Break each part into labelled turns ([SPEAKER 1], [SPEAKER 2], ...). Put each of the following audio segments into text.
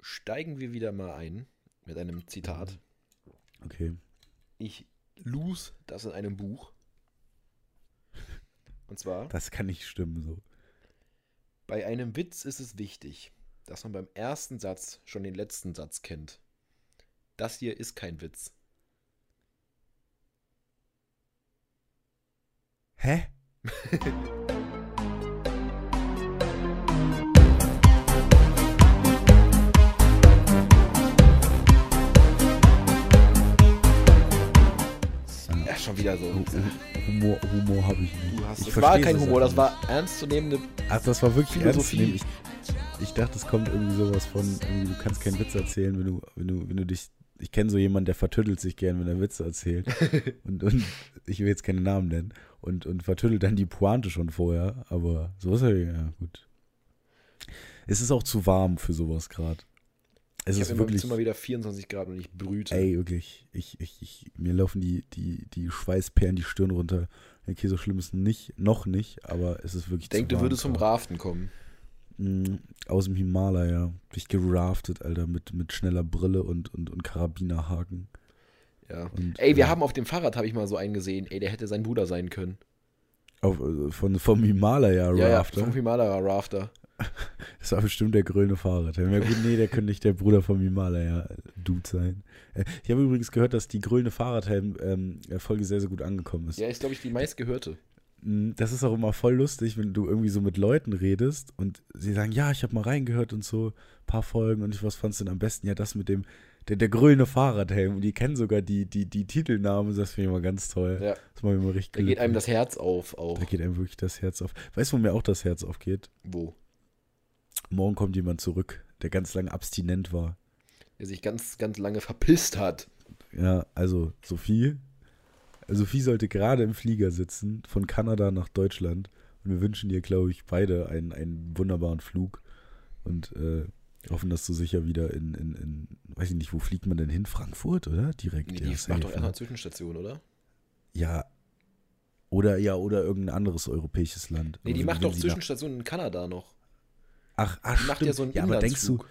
[SPEAKER 1] steigen wir wieder mal ein mit einem Zitat.
[SPEAKER 2] Okay.
[SPEAKER 1] Ich lose das in einem Buch. Und zwar,
[SPEAKER 2] Das kann nicht stimmen so.
[SPEAKER 1] bei einem Witz ist es wichtig, dass man beim ersten Satz schon den letzten Satz kennt. Das hier ist kein Witz.
[SPEAKER 2] Hä?
[SPEAKER 1] Ja, schon wieder so.
[SPEAKER 2] Humor, Humor habe ich nicht.
[SPEAKER 1] Du hast,
[SPEAKER 2] ich
[SPEAKER 1] das war
[SPEAKER 2] versteh's
[SPEAKER 1] kein
[SPEAKER 2] jetzt
[SPEAKER 1] Humor,
[SPEAKER 2] auch
[SPEAKER 1] das war ernstzunehmende.
[SPEAKER 2] nicht. Also das war wirklich ernst
[SPEAKER 1] Philosophie.
[SPEAKER 2] zu nehmen. Ich, ich dachte, es kommt irgendwie sowas von, irgendwie, du kannst keinen Witz erzählen, wenn du, wenn du, wenn du dich. Ich kenne so jemanden, der vertüttelt sich gern, wenn er Witze erzählt. Und, und ich will jetzt keine Namen nennen. Und, und vertüttelt dann die Pointe schon vorher. Aber so ist er ja gut. Es ist auch zu warm für sowas gerade. Es
[SPEAKER 1] Ich
[SPEAKER 2] ist
[SPEAKER 1] habe im
[SPEAKER 2] wirklich.
[SPEAKER 1] Zimmer wieder 24 Grad und ich brüte.
[SPEAKER 2] Ey, wirklich. Ich, ich, ich, mir laufen die, die, die Schweißperlen die Stirn runter. Okay, so schlimm ist nicht, noch nicht, aber es ist wirklich
[SPEAKER 1] ich denke,
[SPEAKER 2] zu
[SPEAKER 1] du
[SPEAKER 2] warm
[SPEAKER 1] würdest vom
[SPEAKER 2] gerade.
[SPEAKER 1] Raften kommen.
[SPEAKER 2] Mm, Aus dem Himalaya. Bin ich geraftet, Alter, mit, mit schneller Brille und, und, und Karabinerhaken.
[SPEAKER 1] Ja.
[SPEAKER 2] Und,
[SPEAKER 1] Ey, wir
[SPEAKER 2] äh,
[SPEAKER 1] haben auf dem Fahrrad, habe ich mal so einen gesehen. Ey, der hätte sein Bruder sein können.
[SPEAKER 2] Auf, äh, von, vom Himalaya
[SPEAKER 1] Ja, ja,
[SPEAKER 2] Rafter.
[SPEAKER 1] vom Himalaya Rafter.
[SPEAKER 2] das war bestimmt der grüne Fahrrad. Ja, gut, nee, der könnte nicht der Bruder vom Himalaya-Dude sein. Äh, Ich habe übrigens gehört, dass die grüne Fahrradhelm-Folge sehr, sehr gut angekommen ist.
[SPEAKER 1] Ja, ist, glaube ich, die meistgehörte.
[SPEAKER 2] Mm, Das ist auch immer voll lustig, wenn du irgendwie so mit Leuten redest und sie sagen, ja, ich habe mal reingehört und so, paar Folgen und ich, was fandst du denn am besten? Ja, das mit dem, der, der grüne Fahrradhelm. Und die kennen sogar die, die, die Titelnamen, das finde ich immer ganz toll.
[SPEAKER 1] Ja.
[SPEAKER 2] Das macht mir immer richtig
[SPEAKER 1] Da geht
[SPEAKER 2] glücklich.
[SPEAKER 1] einem das Herz auf. Auch.
[SPEAKER 2] da geht einem wirklich das Herz auf. Weißt du, wo mir auch das Herz aufgeht?
[SPEAKER 1] Wo?
[SPEAKER 2] Morgen kommt jemand zurück, der ganz lange abstinent war.
[SPEAKER 1] Der sich ganz, ganz lange verpisst hat.
[SPEAKER 2] Ja, also Sophie. äh, Sophie sollte gerade im Flieger sitzen, von Kanada nach Deutschland. Und wir wünschen dir, glaube ich, beide einen, einen wunderbaren Flug. Und äh, hoffen, dass du sicher wieder in, in, in, weiß ich nicht, wo fliegt man denn hin? Frankfurt, oder? Direkt.
[SPEAKER 1] Nee,
[SPEAKER 2] ja,
[SPEAKER 1] die macht doch
[SPEAKER 2] safe,
[SPEAKER 1] erstmal
[SPEAKER 2] ne?
[SPEAKER 1] Zwischenstation, oder?
[SPEAKER 2] ja. Oder ja, oder irgendein anderes europäisches Land.
[SPEAKER 1] Nee, die
[SPEAKER 2] Aber
[SPEAKER 1] macht
[SPEAKER 2] wenn
[SPEAKER 1] doch
[SPEAKER 2] sie
[SPEAKER 1] Zwischenstation in Kanada noch.
[SPEAKER 2] Nach, ach, ach,
[SPEAKER 1] Die macht
[SPEAKER 2] stimmt.
[SPEAKER 1] ja so einen
[SPEAKER 2] ja, aber denkst du,
[SPEAKER 1] Inlandsflug.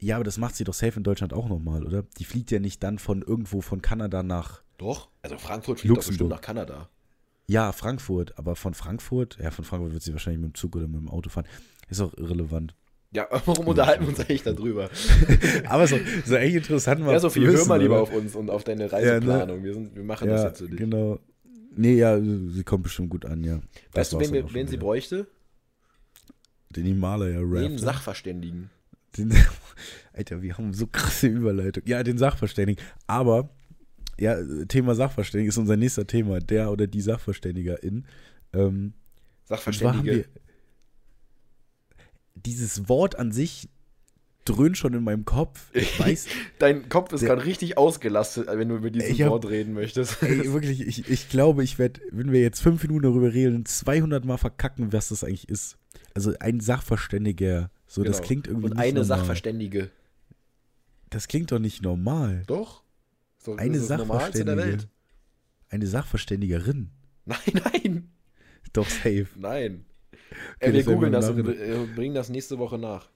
[SPEAKER 2] ja, aber das macht sie doch safe in Deutschland auch nochmal, oder? Die fliegt ja nicht dann von irgendwo von Kanada nach
[SPEAKER 1] Doch. Also Frankfurt fliegt doch bestimmt
[SPEAKER 2] Luxemburg.
[SPEAKER 1] nach Kanada.
[SPEAKER 2] Ja, Frankfurt, aber von Frankfurt, ja, von Frankfurt wird sie wahrscheinlich mit dem Zug oder mit dem Auto fahren. Ist auch irrelevant.
[SPEAKER 1] Ja, warum unterhalten wir uns eigentlich darüber?
[SPEAKER 2] Aber so, so echt interessant mal.
[SPEAKER 1] Ja,
[SPEAKER 2] zu
[SPEAKER 1] Sophie, hör
[SPEAKER 2] wissen,
[SPEAKER 1] mal lieber
[SPEAKER 2] oder?
[SPEAKER 1] auf uns und auf deine Reiseplanung. Wir, sind, wir machen das
[SPEAKER 2] ne? Ja,
[SPEAKER 1] jetzt für dich.
[SPEAKER 2] genau. Nee, ja, sie kommt bestimmt gut an, ja.
[SPEAKER 1] Weißt
[SPEAKER 2] Das
[SPEAKER 1] du,
[SPEAKER 2] war's
[SPEAKER 1] wen,
[SPEAKER 2] dann
[SPEAKER 1] wir,
[SPEAKER 2] auch schon
[SPEAKER 1] wen sie
[SPEAKER 2] wieder.
[SPEAKER 1] bräuchte?
[SPEAKER 2] Den Himalaya
[SPEAKER 1] Den
[SPEAKER 2] Raft.
[SPEAKER 1] Sachverständigen.
[SPEAKER 2] Den, Alter, wir haben so krasse Überleitung. Ja, den Sachverständigen. Aber, ja, Thema Sachverständigen ist unser nächster Thema. Der oder die Sachverständigerin. Ähm, Und zwar haben
[SPEAKER 1] Sachverständige.
[SPEAKER 2] wir- Dieses Wort an sich dröhnt schon in meinem Kopf. Ich weiß,
[SPEAKER 1] Dein Kopf ist
[SPEAKER 2] Der-
[SPEAKER 1] gerade richtig ausgelastet, wenn du über dieses
[SPEAKER 2] Ich hab-
[SPEAKER 1] Wort reden möchtest.
[SPEAKER 2] ey, wirklich, ich, ich glaube, ich werde, wenn wir jetzt fünf Minuten darüber reden, 200 Mal verkacken, was das eigentlich ist. Also ein Sachverständiger. So, das
[SPEAKER 1] Genau.
[SPEAKER 2] klingt irgendwie
[SPEAKER 1] Und
[SPEAKER 2] nicht
[SPEAKER 1] eine
[SPEAKER 2] normal.
[SPEAKER 1] Sachverständige.
[SPEAKER 2] Das klingt doch nicht normal.
[SPEAKER 1] Doch. So,
[SPEAKER 2] Eine
[SPEAKER 1] das ist das Normalste der
[SPEAKER 2] Sachverständige.
[SPEAKER 1] Welt.
[SPEAKER 2] Eine Sachverständigerin.
[SPEAKER 1] Nein, nein,
[SPEAKER 2] Doch, safe.
[SPEAKER 1] nein.
[SPEAKER 2] Okay,
[SPEAKER 1] Ey, wir
[SPEAKER 2] das werden
[SPEAKER 1] googeln
[SPEAKER 2] wir
[SPEAKER 1] das und
[SPEAKER 2] nachher-
[SPEAKER 1] äh, bringen das nächste Woche nach.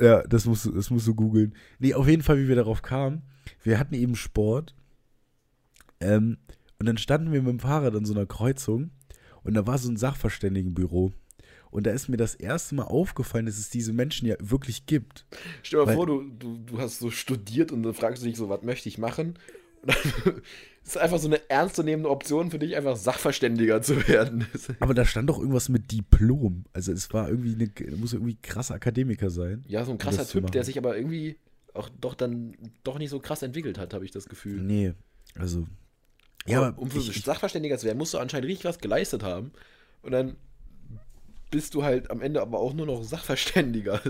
[SPEAKER 2] Ja, das musst, du- das musst du googeln. Nee, auf jeden Fall, wie wir darauf kamen. Wir hatten eben Sport. Ähm, und dann standen wir mit dem Fahrrad an so einer Kreuzung. Und da war so ein Sachverständigenbüro. Und da ist mir das erste Mal aufgefallen, dass es diese Menschen ja wirklich gibt.
[SPEAKER 1] Stell dir mal
[SPEAKER 2] Weil-
[SPEAKER 1] vor, du, du, du hast so studiert und dann fragst du dich so, was möchte ich machen? Und dann ist einfach so eine ernstzunehmende Option für dich, einfach Sachverständiger zu werden.
[SPEAKER 2] Aber da stand doch irgendwas mit Diplom. Also es war irgendwie eine, muss irgendwie krasser Akademiker sein.
[SPEAKER 1] Ja, so ein
[SPEAKER 2] das
[SPEAKER 1] krasser
[SPEAKER 2] zu
[SPEAKER 1] Typ, der
[SPEAKER 2] machen.
[SPEAKER 1] sich aber irgendwie auch doch dann doch nicht so krass entwickelt hat, habe ich das Gefühl.
[SPEAKER 2] Nee, also. Ja, aber
[SPEAKER 1] um für
[SPEAKER 2] ich, ich,
[SPEAKER 1] Sachverständiger zu werden, musst du anscheinend richtig was geleistet haben. Und dann bist du halt am Ende aber auch nur noch Sachverständiger.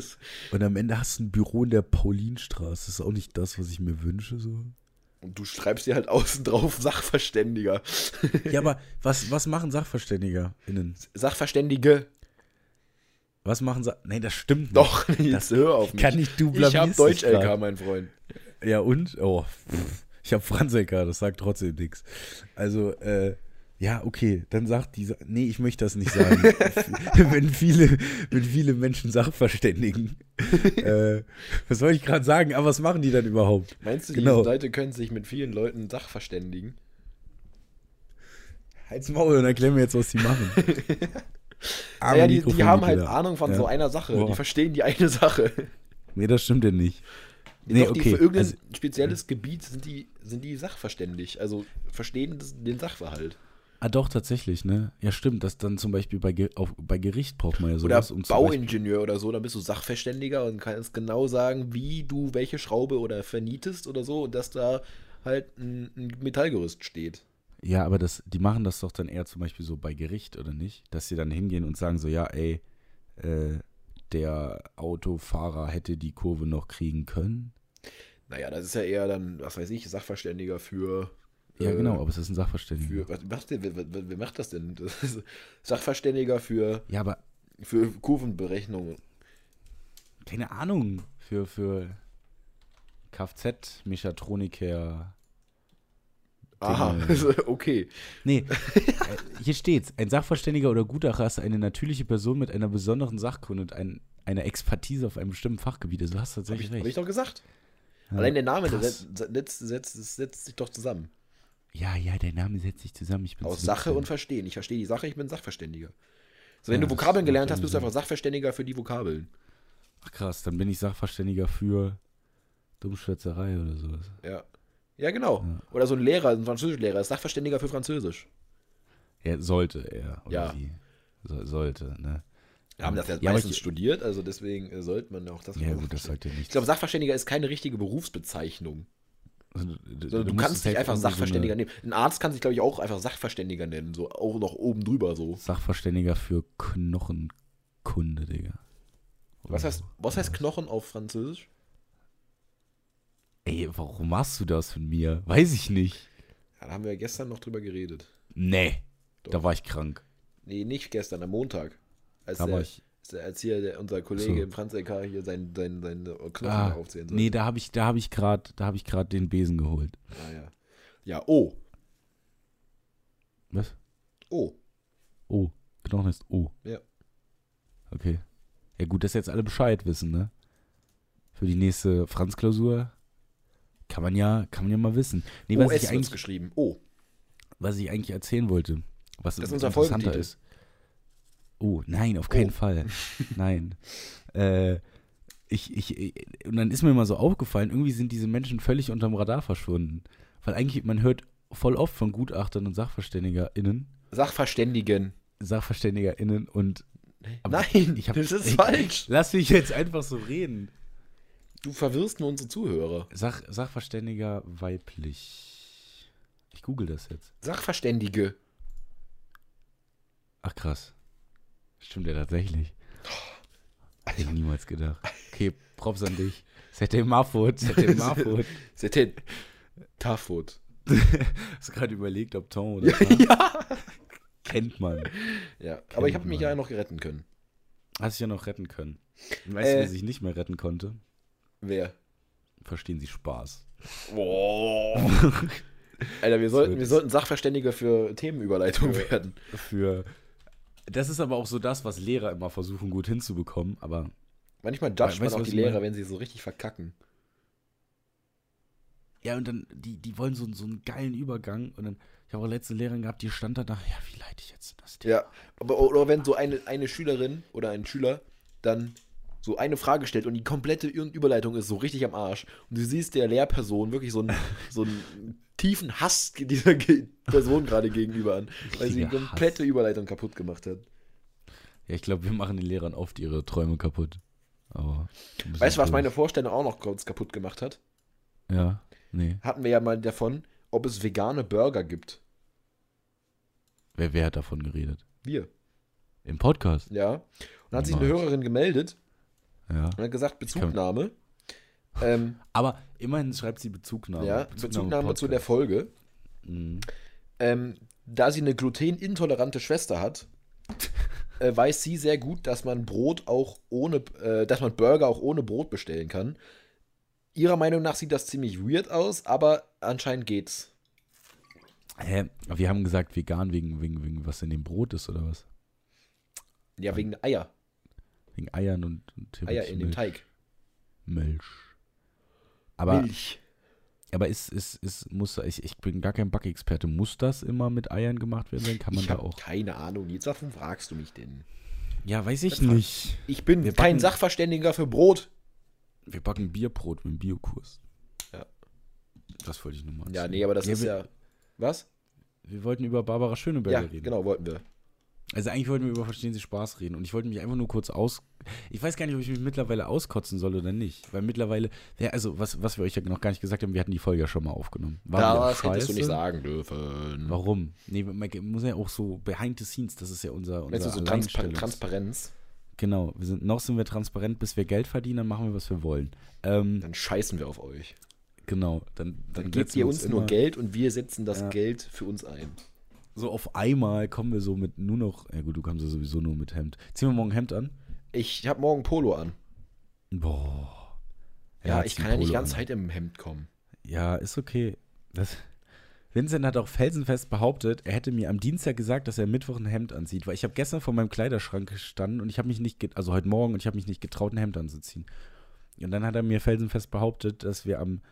[SPEAKER 2] und am Ende hast du ein Büro in der Paulinstraße. Das ist auch nicht das, was ich mir wünsche. So.
[SPEAKER 1] Und du schreibst dir halt außen drauf Sachverständiger.
[SPEAKER 2] Ja, aber was, was machen SachverständigerInnen?
[SPEAKER 1] Sachverständige,
[SPEAKER 2] Was machen sie? Nein, das stimmt nicht.
[SPEAKER 1] doch, jetzt
[SPEAKER 2] das
[SPEAKER 1] hör auf mich.
[SPEAKER 2] kann nicht, du
[SPEAKER 1] ich hab
[SPEAKER 2] blamierst dich
[SPEAKER 1] Deutsch-LK,
[SPEAKER 2] grad.
[SPEAKER 1] mein Freund.
[SPEAKER 2] Ja, und? Oh, pff, ich habe Franz LK, das sagt trotzdem nichts. Also, äh, Ja, okay, dann sagt die, Sa- nee, ich möchte das nicht sagen. wenn, viele, wenn viele Menschen Sachverständigen. äh, was soll ich gerade sagen? Aber was machen die dann überhaupt?
[SPEAKER 1] Meinst du,
[SPEAKER 2] Genau.
[SPEAKER 1] diese Leute können sich mit vielen Leuten sachverständigen?
[SPEAKER 2] Halt's Maul und erklär mir jetzt, was die machen. Arme
[SPEAKER 1] Naja, die, die
[SPEAKER 2] Mikrofon-
[SPEAKER 1] haben halt
[SPEAKER 2] Mitglieder.
[SPEAKER 1] Ahnung von
[SPEAKER 2] Ja.
[SPEAKER 1] so einer Sache.
[SPEAKER 2] Boah.
[SPEAKER 1] Die verstehen die eine Sache.
[SPEAKER 2] Nee, das stimmt ja nicht.
[SPEAKER 1] Nee,
[SPEAKER 2] Nee,
[SPEAKER 1] Doch, die
[SPEAKER 2] okay.
[SPEAKER 1] für irgendein
[SPEAKER 2] also,
[SPEAKER 1] spezielles Gebiet sind die, sind die sachverständig. Also verstehen das, den Sachverhalt.
[SPEAKER 2] ah, doch, tatsächlich, ne? Ja, stimmt, dass dann zum Beispiel bei, Ge auf, bei Gericht braucht man ja
[SPEAKER 1] Oder
[SPEAKER 2] sowas. um zum Beispiel-
[SPEAKER 1] Bauingenieur oder so, da bist du Sachverständiger und kannst genau sagen, wie du welche Schraube oder vernietest oder so und dass da halt ein, ein Metallgerüst steht.
[SPEAKER 2] Ja, aber das, die machen das doch dann eher zum Beispiel so bei Gericht, oder nicht? Dass sie dann hingehen und sagen so, ja, ey, äh, der Autofahrer hätte die Kurve noch kriegen können.
[SPEAKER 1] Naja, das ist ja eher dann, was weiß ich, Sachverständiger für.
[SPEAKER 2] Ja,
[SPEAKER 1] äh,
[SPEAKER 2] genau, aber es ist ein
[SPEAKER 1] Für,
[SPEAKER 2] Sachverständiger.
[SPEAKER 1] was, was denn, wer, wer, wer macht das denn? Das ist Sachverständiger für,
[SPEAKER 2] Ja, aber
[SPEAKER 1] für Kurvenberechnung.
[SPEAKER 2] keine Ahnung, für, für Kfz-Mechatroniker.
[SPEAKER 1] Aha,
[SPEAKER 2] Genau.
[SPEAKER 1] okay.
[SPEAKER 2] Nee, äh, hier steht's. Ein Sachverständiger oder Gutachter ist eine natürliche Person mit einer besonderen Sachkunde und ein, einer Expertise auf einem bestimmten Fachgebiet. Also, du hast
[SPEAKER 1] Habe
[SPEAKER 2] tatsächlich
[SPEAKER 1] ich, hab ich
[SPEAKER 2] recht.
[SPEAKER 1] doch gesagt.
[SPEAKER 2] Ja.
[SPEAKER 1] Allein der Name, der
[SPEAKER 2] krass.
[SPEAKER 1] setzt, setzt, setzt, setzt sich doch zusammen.
[SPEAKER 2] ja, ja, der Name setzt sich zusammen. Ich bin
[SPEAKER 1] Aus
[SPEAKER 2] so
[SPEAKER 1] Sache
[SPEAKER 2] dumm.
[SPEAKER 1] und Verstehen. Ich verstehe die Sache, ich bin Sachverständiger. So, wenn
[SPEAKER 2] Ja,
[SPEAKER 1] du
[SPEAKER 2] das
[SPEAKER 1] Vokabeln
[SPEAKER 2] macht
[SPEAKER 1] gelernt
[SPEAKER 2] ja
[SPEAKER 1] hast, bist du
[SPEAKER 2] Sinn.
[SPEAKER 1] einfach Sachverständiger für die Vokabeln.
[SPEAKER 2] Ach krass, dann bin ich Sachverständiger für Dummschwätzerei oder sowas.
[SPEAKER 1] Ja. Ja, genau.
[SPEAKER 2] Ja.
[SPEAKER 1] Oder so ein Lehrer, ein Französischlehrer, ist Sachverständiger für Französisch.
[SPEAKER 2] Er sollte er oder
[SPEAKER 1] Ja.
[SPEAKER 2] sie. So, sollte, ne?
[SPEAKER 1] Wir haben das ja,
[SPEAKER 2] aber
[SPEAKER 1] meistens
[SPEAKER 2] ich-
[SPEAKER 1] studiert, also deswegen äh, sollte man auch das.
[SPEAKER 2] Ja, gut, das sagt ja
[SPEAKER 1] ich
[SPEAKER 2] nichts.
[SPEAKER 1] glaube, Sachverständiger ist keine richtige Berufsbezeichnung.
[SPEAKER 2] Also, du,
[SPEAKER 1] Sondern du,
[SPEAKER 2] musst es
[SPEAKER 1] kannst dich
[SPEAKER 2] halt
[SPEAKER 1] einfach
[SPEAKER 2] irgendwie so
[SPEAKER 1] Sachverständiger
[SPEAKER 2] eine
[SPEAKER 1] nehmen. Ein Arzt kann sich, glaube ich, auch einfach Sachverständiger nennen. So auch noch oben drüber so.
[SPEAKER 2] Sachverständiger für Knochenkunde, Digga.
[SPEAKER 1] Was
[SPEAKER 2] Oder
[SPEAKER 1] heißt,
[SPEAKER 2] so.
[SPEAKER 1] was heißt Knochen auf Französisch?
[SPEAKER 2] Ey, warum machst du das von mir? Weiß ich nicht.
[SPEAKER 1] Ja, da haben wir ja gestern noch drüber geredet.
[SPEAKER 2] Nee,
[SPEAKER 1] Doch.
[SPEAKER 2] da war ich krank.
[SPEAKER 1] Nee, nicht gestern, am Montag. Als,
[SPEAKER 2] Da
[SPEAKER 1] der,
[SPEAKER 2] war ich.
[SPEAKER 1] als der- als hier der, unser Kollege
[SPEAKER 2] so.
[SPEAKER 1] im franz LK hier seinen sein, sein Knochen
[SPEAKER 2] Ah,
[SPEAKER 1] aufzählen soll.
[SPEAKER 2] nee, da habe ich, da habe ich gerade, da habe ich gerade den Besen geholt.
[SPEAKER 1] Ah, ja. ja, oh.
[SPEAKER 2] Was?
[SPEAKER 1] Oh.
[SPEAKER 2] Oh, Knochen ist O.
[SPEAKER 1] Ja.
[SPEAKER 2] Okay. Ja, gut, dass jetzt alle Bescheid wissen, ne? Für die nächste Franz-Klausur kann man ja, kann man ja mal wissen. Nee, was, ich
[SPEAKER 1] OS wird
[SPEAKER 2] eigentlich,
[SPEAKER 1] geschrieben. Oh.
[SPEAKER 2] was ich eigentlich erzählen wollte, was
[SPEAKER 1] Das ist unser
[SPEAKER 2] interessanter
[SPEAKER 1] Folgentitel.
[SPEAKER 2] ist. Oh, nein, auf keinen
[SPEAKER 1] Oh.
[SPEAKER 2] Fall. Nein. äh, ich, ich, ich, und dann ist mir mal so aufgefallen, irgendwie sind diese Menschen völlig unterm Radar verschwunden. Weil eigentlich, man hört voll oft von Gutachtern und SachverständigerInnen,
[SPEAKER 1] Sachverständigen.
[SPEAKER 2] SachverständigerInnen und Aber
[SPEAKER 1] Nein,
[SPEAKER 2] ich hab-
[SPEAKER 1] das ist
[SPEAKER 2] ich-
[SPEAKER 1] falsch.
[SPEAKER 2] lass mich jetzt einfach so reden.
[SPEAKER 1] Du verwirrst nur unsere Zuhörer.
[SPEAKER 2] Sach, Sachverständiger weiblich. Ich google das jetzt.
[SPEAKER 1] Sachverständige.
[SPEAKER 2] Ach krass. Stimmt ja tatsächlich. Hätte ich niemals gedacht. Okay, Props an dich. Sette Marfut, Sette Marfut.
[SPEAKER 1] C'était Tafut.
[SPEAKER 2] Hast du gerade überlegt, ob Ton oder Ta? Kennt man.
[SPEAKER 1] Ja, aber ich habe
[SPEAKER 2] Kennt
[SPEAKER 1] mich
[SPEAKER 2] man.
[SPEAKER 1] ja noch retten können.
[SPEAKER 2] Hast dich ja noch retten können. Und Weißt du,
[SPEAKER 1] Äh.
[SPEAKER 2] wer sich nicht mehr retten konnte?
[SPEAKER 1] Wer?
[SPEAKER 2] Verstehen Sie Spaß.
[SPEAKER 1] Alter, wir sollten,
[SPEAKER 2] wird-
[SPEAKER 1] wir sollten Sachverständiger für Themenüberleitung werden.
[SPEAKER 2] Für. Das ist aber auch so das, was Lehrer immer versuchen, gut hinzubekommen, aber
[SPEAKER 1] Manchmal judgt
[SPEAKER 2] Weißt
[SPEAKER 1] man
[SPEAKER 2] du,
[SPEAKER 1] auch
[SPEAKER 2] was
[SPEAKER 1] die
[SPEAKER 2] ich
[SPEAKER 1] Lehrer,
[SPEAKER 2] meine?
[SPEAKER 1] wenn sie so richtig verkacken.
[SPEAKER 2] Ja, und dann, die, die wollen so, so einen geilen Übergang. Und dann, ich habe auch letzte Lehrerin gehabt, die stand da nach, ja, wie leite ich jetzt das Thema?
[SPEAKER 1] Ja. Aber, oder wenn so eine, eine Schülerin oder ein Schüler dann so eine Frage stellt und die komplette Ü- Überleitung ist so richtig am Arsch und du siehst der Lehrperson wirklich so einen, so einen tiefen Hass dieser Ge- Person gerade gegenüber an, weil sie die
[SPEAKER 2] Richtiger Hass.
[SPEAKER 1] komplette Überleitung kaputt gemacht hat.
[SPEAKER 2] Ja, ich glaube, wir machen den Lehrern oft ihre Träume kaputt. Aber. ein bisschen
[SPEAKER 1] Weißt du, was
[SPEAKER 2] doof.
[SPEAKER 1] meine Vorstellung auch noch kurz kaputt gemacht hat?
[SPEAKER 2] Ja, nee.
[SPEAKER 1] Hatten wir ja mal davon, ob es vegane Burger gibt.
[SPEAKER 2] Wer, wer hat davon geredet?
[SPEAKER 1] Wir,
[SPEAKER 2] Im Podcast.
[SPEAKER 1] ja. Und dann hat sich eine
[SPEAKER 2] Niemals.
[SPEAKER 1] Hörerin gemeldet
[SPEAKER 2] Ja.
[SPEAKER 1] und hat gesagt,
[SPEAKER 2] kann-
[SPEAKER 1] Bezugnahme. Ähm,
[SPEAKER 2] Aber immerhin schreibt sie Ah, Bezugnahme.
[SPEAKER 1] ja, Bezugnahme zu der Folge.
[SPEAKER 2] Mhm.
[SPEAKER 1] Ähm, da sie eine glutenintolerante Schwester hat, äh, weiß sie sehr gut, dass man Brot auch ohne, äh, dass man Burger auch ohne Brot bestellen kann. Ihrer Meinung nach sieht das ziemlich weird aus, aber anscheinend geht's.
[SPEAKER 2] Hä? Aber wir haben gesagt vegan wegen, wegen, wegen was in dem Brot ist oder was?
[SPEAKER 1] Ja, wegen Eier.
[SPEAKER 2] Wegen Eiern und, und
[SPEAKER 1] Eier
[SPEAKER 2] theoretisch
[SPEAKER 1] in dem
[SPEAKER 2] Milch.
[SPEAKER 1] Teig.
[SPEAKER 2] Milch. Aber,
[SPEAKER 1] Milch.
[SPEAKER 2] aber ist, ist, ist, muss, ich, ich bin gar kein Backexperte. Muss das immer mit Eiern gemacht werden? Dann Kann man
[SPEAKER 1] Ich
[SPEAKER 2] da
[SPEAKER 1] habe
[SPEAKER 2] auch.
[SPEAKER 1] keine Ahnung. Jetzt davon fragst du mich denn.
[SPEAKER 2] Ja, weiß ich
[SPEAKER 1] frag-
[SPEAKER 2] nicht.
[SPEAKER 1] Ich bin
[SPEAKER 2] Wir backen-
[SPEAKER 1] kein Sachverständiger für Brot.
[SPEAKER 2] Wir backen Bierbrot mit dem Biokurs.
[SPEAKER 1] Ja.
[SPEAKER 2] Das wollte ich nur mal
[SPEAKER 1] Ja,
[SPEAKER 2] erzählen.
[SPEAKER 1] nee, aber das ist
[SPEAKER 2] wir,
[SPEAKER 1] ja. Was?
[SPEAKER 2] Wir wollten über Barbara Schöneberger
[SPEAKER 1] Ja,
[SPEAKER 2] reden.
[SPEAKER 1] genau, wollten wir.
[SPEAKER 2] Also eigentlich wollten wir über Verstehen Sie Spaß reden und ich wollte mich einfach nur kurz aus... Ich weiß gar nicht, ob ich mich mittlerweile auskotzen soll oder nicht, weil mittlerweile... Ja, also was, was wir euch ja noch gar nicht gesagt haben, wir hatten die Folge ja schon mal aufgenommen. War wieder
[SPEAKER 1] Das hättest du
[SPEAKER 2] scheiße.
[SPEAKER 1] nicht sagen dürfen.
[SPEAKER 2] Warum? Nee, man muss ja auch so behind the scenes, das ist ja unser, unser
[SPEAKER 1] Jetzt ist so Transpar
[SPEAKER 2] Alleinstellungs-
[SPEAKER 1] Transparenz.
[SPEAKER 2] Genau, wir sind, noch sind wir transparent, bis wir Geld verdienen, dann machen wir, was wir wollen. Ähm,
[SPEAKER 1] Dann scheißen wir auf euch.
[SPEAKER 2] genau, dann, dann,
[SPEAKER 1] Dann gebt
[SPEAKER 2] setzen
[SPEAKER 1] ihr
[SPEAKER 2] wir
[SPEAKER 1] uns nur
[SPEAKER 2] immer-
[SPEAKER 1] Geld und wir setzen das
[SPEAKER 2] Ja.
[SPEAKER 1] Geld für uns ein.
[SPEAKER 2] So auf einmal kommen wir so mit nur noch... Ja gut, du kommst ja sowieso nur mit Hemd. Ziehen wir morgen Hemd an?
[SPEAKER 1] Ich habe morgen Polo an.
[SPEAKER 2] Boah.
[SPEAKER 1] Ja,
[SPEAKER 2] jetzt
[SPEAKER 1] ich
[SPEAKER 2] ein
[SPEAKER 1] kann ja nicht
[SPEAKER 2] Polo
[SPEAKER 1] ganz
[SPEAKER 2] an.
[SPEAKER 1] Zeit im Hemd kommen.
[SPEAKER 2] Ja, ist okay. Das Vincent hat auch felsenfest behauptet, er hätte mir am Dienstag gesagt, dass er Mittwoch ein Hemd anzieht, weil ich habe gestern vor meinem Kleiderschrank gestanden und ich habe mich nicht, ge- also heute Morgen, und ich habe mich nicht getraut, ein Hemd anzuziehen. Und dann hat er mir felsenfest behauptet, dass wir am,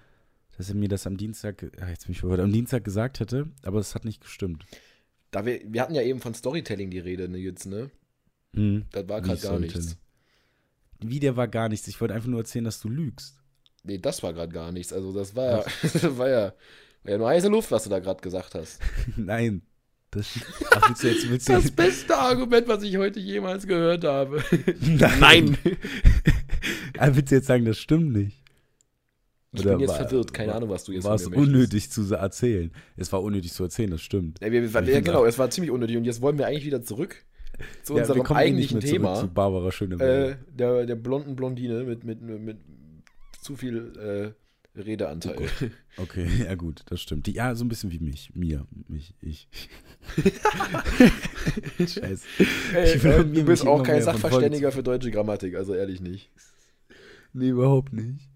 [SPEAKER 2] dass er mir das am Dienstag, ge- ah, jetzt bin ich verwirrt, am Dienstag gesagt hätte, aber es hat nicht gestimmt.
[SPEAKER 1] Da wir, wir hatten ja eben von Storytelling die Rede ne, jetzt, ne?
[SPEAKER 2] Hm.
[SPEAKER 1] Das war gerade
[SPEAKER 2] Nicht
[SPEAKER 1] gar
[SPEAKER 2] sollte.
[SPEAKER 1] nichts.
[SPEAKER 2] Wie der war gar nichts. Ich wollte einfach nur erzählen, dass du lügst.
[SPEAKER 1] Nee, das war gerade gar nichts. Also das war, ja- das war ja, war ja nur heiße Luft, was du da gerade gesagt hast.
[SPEAKER 2] Nein. Das, ach, willst du jetzt, willst du
[SPEAKER 1] Das
[SPEAKER 2] jetzt,
[SPEAKER 1] beste Argument, was ich heute jemals gehört habe.
[SPEAKER 2] Nein. Ah, willst du jetzt sagen, das stimmt nicht?
[SPEAKER 1] Ich
[SPEAKER 2] Oder
[SPEAKER 1] bin jetzt
[SPEAKER 2] war-
[SPEAKER 1] verwirrt. Keine
[SPEAKER 2] war-
[SPEAKER 1] Ahnung, was du jetzt
[SPEAKER 2] War
[SPEAKER 1] von
[SPEAKER 2] es
[SPEAKER 1] mir möchtest.
[SPEAKER 2] unnötig zu sa- erzählen. Es war unnötig zu erzählen, das stimmt.
[SPEAKER 1] Ja, wir, wir,
[SPEAKER 2] Ich
[SPEAKER 1] ja,
[SPEAKER 2] bin
[SPEAKER 1] genau, es war ziemlich unnötig. Und jetzt wollen wir eigentlich wieder zurück zu
[SPEAKER 2] wir
[SPEAKER 1] unserem
[SPEAKER 2] kommen eh
[SPEAKER 1] eigentlichen
[SPEAKER 2] mehr zurück
[SPEAKER 1] Thema.
[SPEAKER 2] zu Barbara
[SPEAKER 1] äh,
[SPEAKER 2] Schöneberger.
[SPEAKER 1] der, der blonden Blondine mit, mit, mit, mit zu viel äh, Redeanteil.
[SPEAKER 2] Okay, ja gut, das stimmt. Die, ja, so ein bisschen wie mich. Mir, mich, ich. Scheiße.
[SPEAKER 1] Ey,
[SPEAKER 2] Ich will
[SPEAKER 1] äh,
[SPEAKER 2] mir
[SPEAKER 1] du bist
[SPEAKER 2] nicht
[SPEAKER 1] auch
[SPEAKER 2] immer
[SPEAKER 1] kein
[SPEAKER 2] mehr von Folge
[SPEAKER 1] Sachverständiger für deutsche Grammatik, also ehrlich nicht.
[SPEAKER 2] Nee, überhaupt nicht.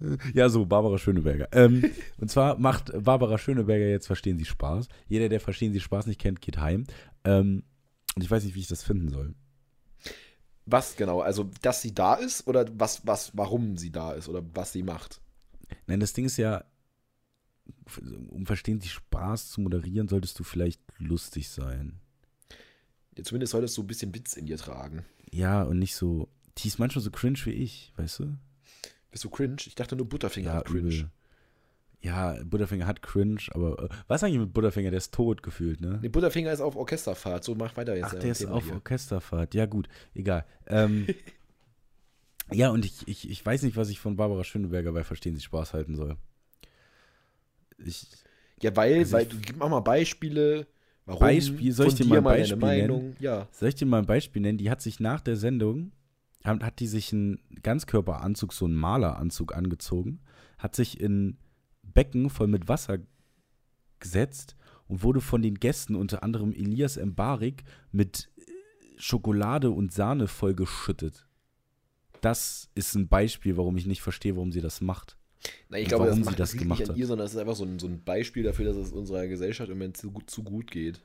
[SPEAKER 2] Äh, Ja, so, Barbara Schöneberger. Ähm, und zwar macht Barbara Schöneberger jetzt Verstehen Sie Spaß. Jeder, der Verstehen Sie Spaß nicht kennt, geht heim. Ähm, und ich weiß nicht, wie ich das finden soll.
[SPEAKER 1] Was genau? Also, dass sie da ist oder was, was, warum sie da ist oder was sie macht?
[SPEAKER 2] Nein, das Ding ist ja, f- um verstehen Sie Spaß zu moderieren, solltest du vielleicht lustig sein.
[SPEAKER 1] Ja, zumindest solltest du ein bisschen Witz in dir tragen.
[SPEAKER 2] Ja, und nicht so. Die ist manchmal so cringe wie ich, weißt du?
[SPEAKER 1] Bist du cringe? Ich dachte nur Butterfinger hat cringe.
[SPEAKER 2] übel. Ja, Butterfinger hat cringe, aber äh, was eigentlich mit Butterfinger? Der ist tot gefühlt, ne?
[SPEAKER 1] Nee, Butterfinger ist auf Orchesterfahrt, so mach weiter jetzt.
[SPEAKER 2] Ach,
[SPEAKER 1] äh,
[SPEAKER 2] der ist
[SPEAKER 1] Thema
[SPEAKER 2] auf
[SPEAKER 1] hier.
[SPEAKER 2] Orchesterfahrt. Ja, gut, egal. Ähm, ja, und ich, ich, ich weiß nicht, was ich von Barbara Schöneberger bei Verstehen Sie Spaß halten soll. Ich,
[SPEAKER 1] Ja, weil,
[SPEAKER 2] Also
[SPEAKER 1] weil
[SPEAKER 2] ich-
[SPEAKER 1] du gib mal mal Beispiele, warum
[SPEAKER 2] Beispiel- soll ich dir mal ein Beispiel
[SPEAKER 1] Ja.
[SPEAKER 2] Soll ich dir mal ein Beispiel nennen? Die hat sich nach der Sendung, hat, hat die sich einen Ganzkörperanzug, so einen Maleranzug angezogen, hat sich in Becken voll mit Wasser gesetzt und wurde von den Gästen, unter anderem Elias Mbarik, mit äh, Schokolade und Sahne vollgeschüttet. Das ist ein Beispiel, warum ich nicht verstehe, warum sie das macht.
[SPEAKER 1] Na, ich
[SPEAKER 2] Und
[SPEAKER 1] glaube,
[SPEAKER 2] warum
[SPEAKER 1] das
[SPEAKER 2] sie
[SPEAKER 1] macht
[SPEAKER 2] das
[SPEAKER 1] das liegt
[SPEAKER 2] gemacht
[SPEAKER 1] nicht an
[SPEAKER 2] hat.
[SPEAKER 1] ihr, sondern das ist einfach so ein, so ein Beispiel dafür, dass es unserer Gesellschaft im Moment zu gut, zu gut geht.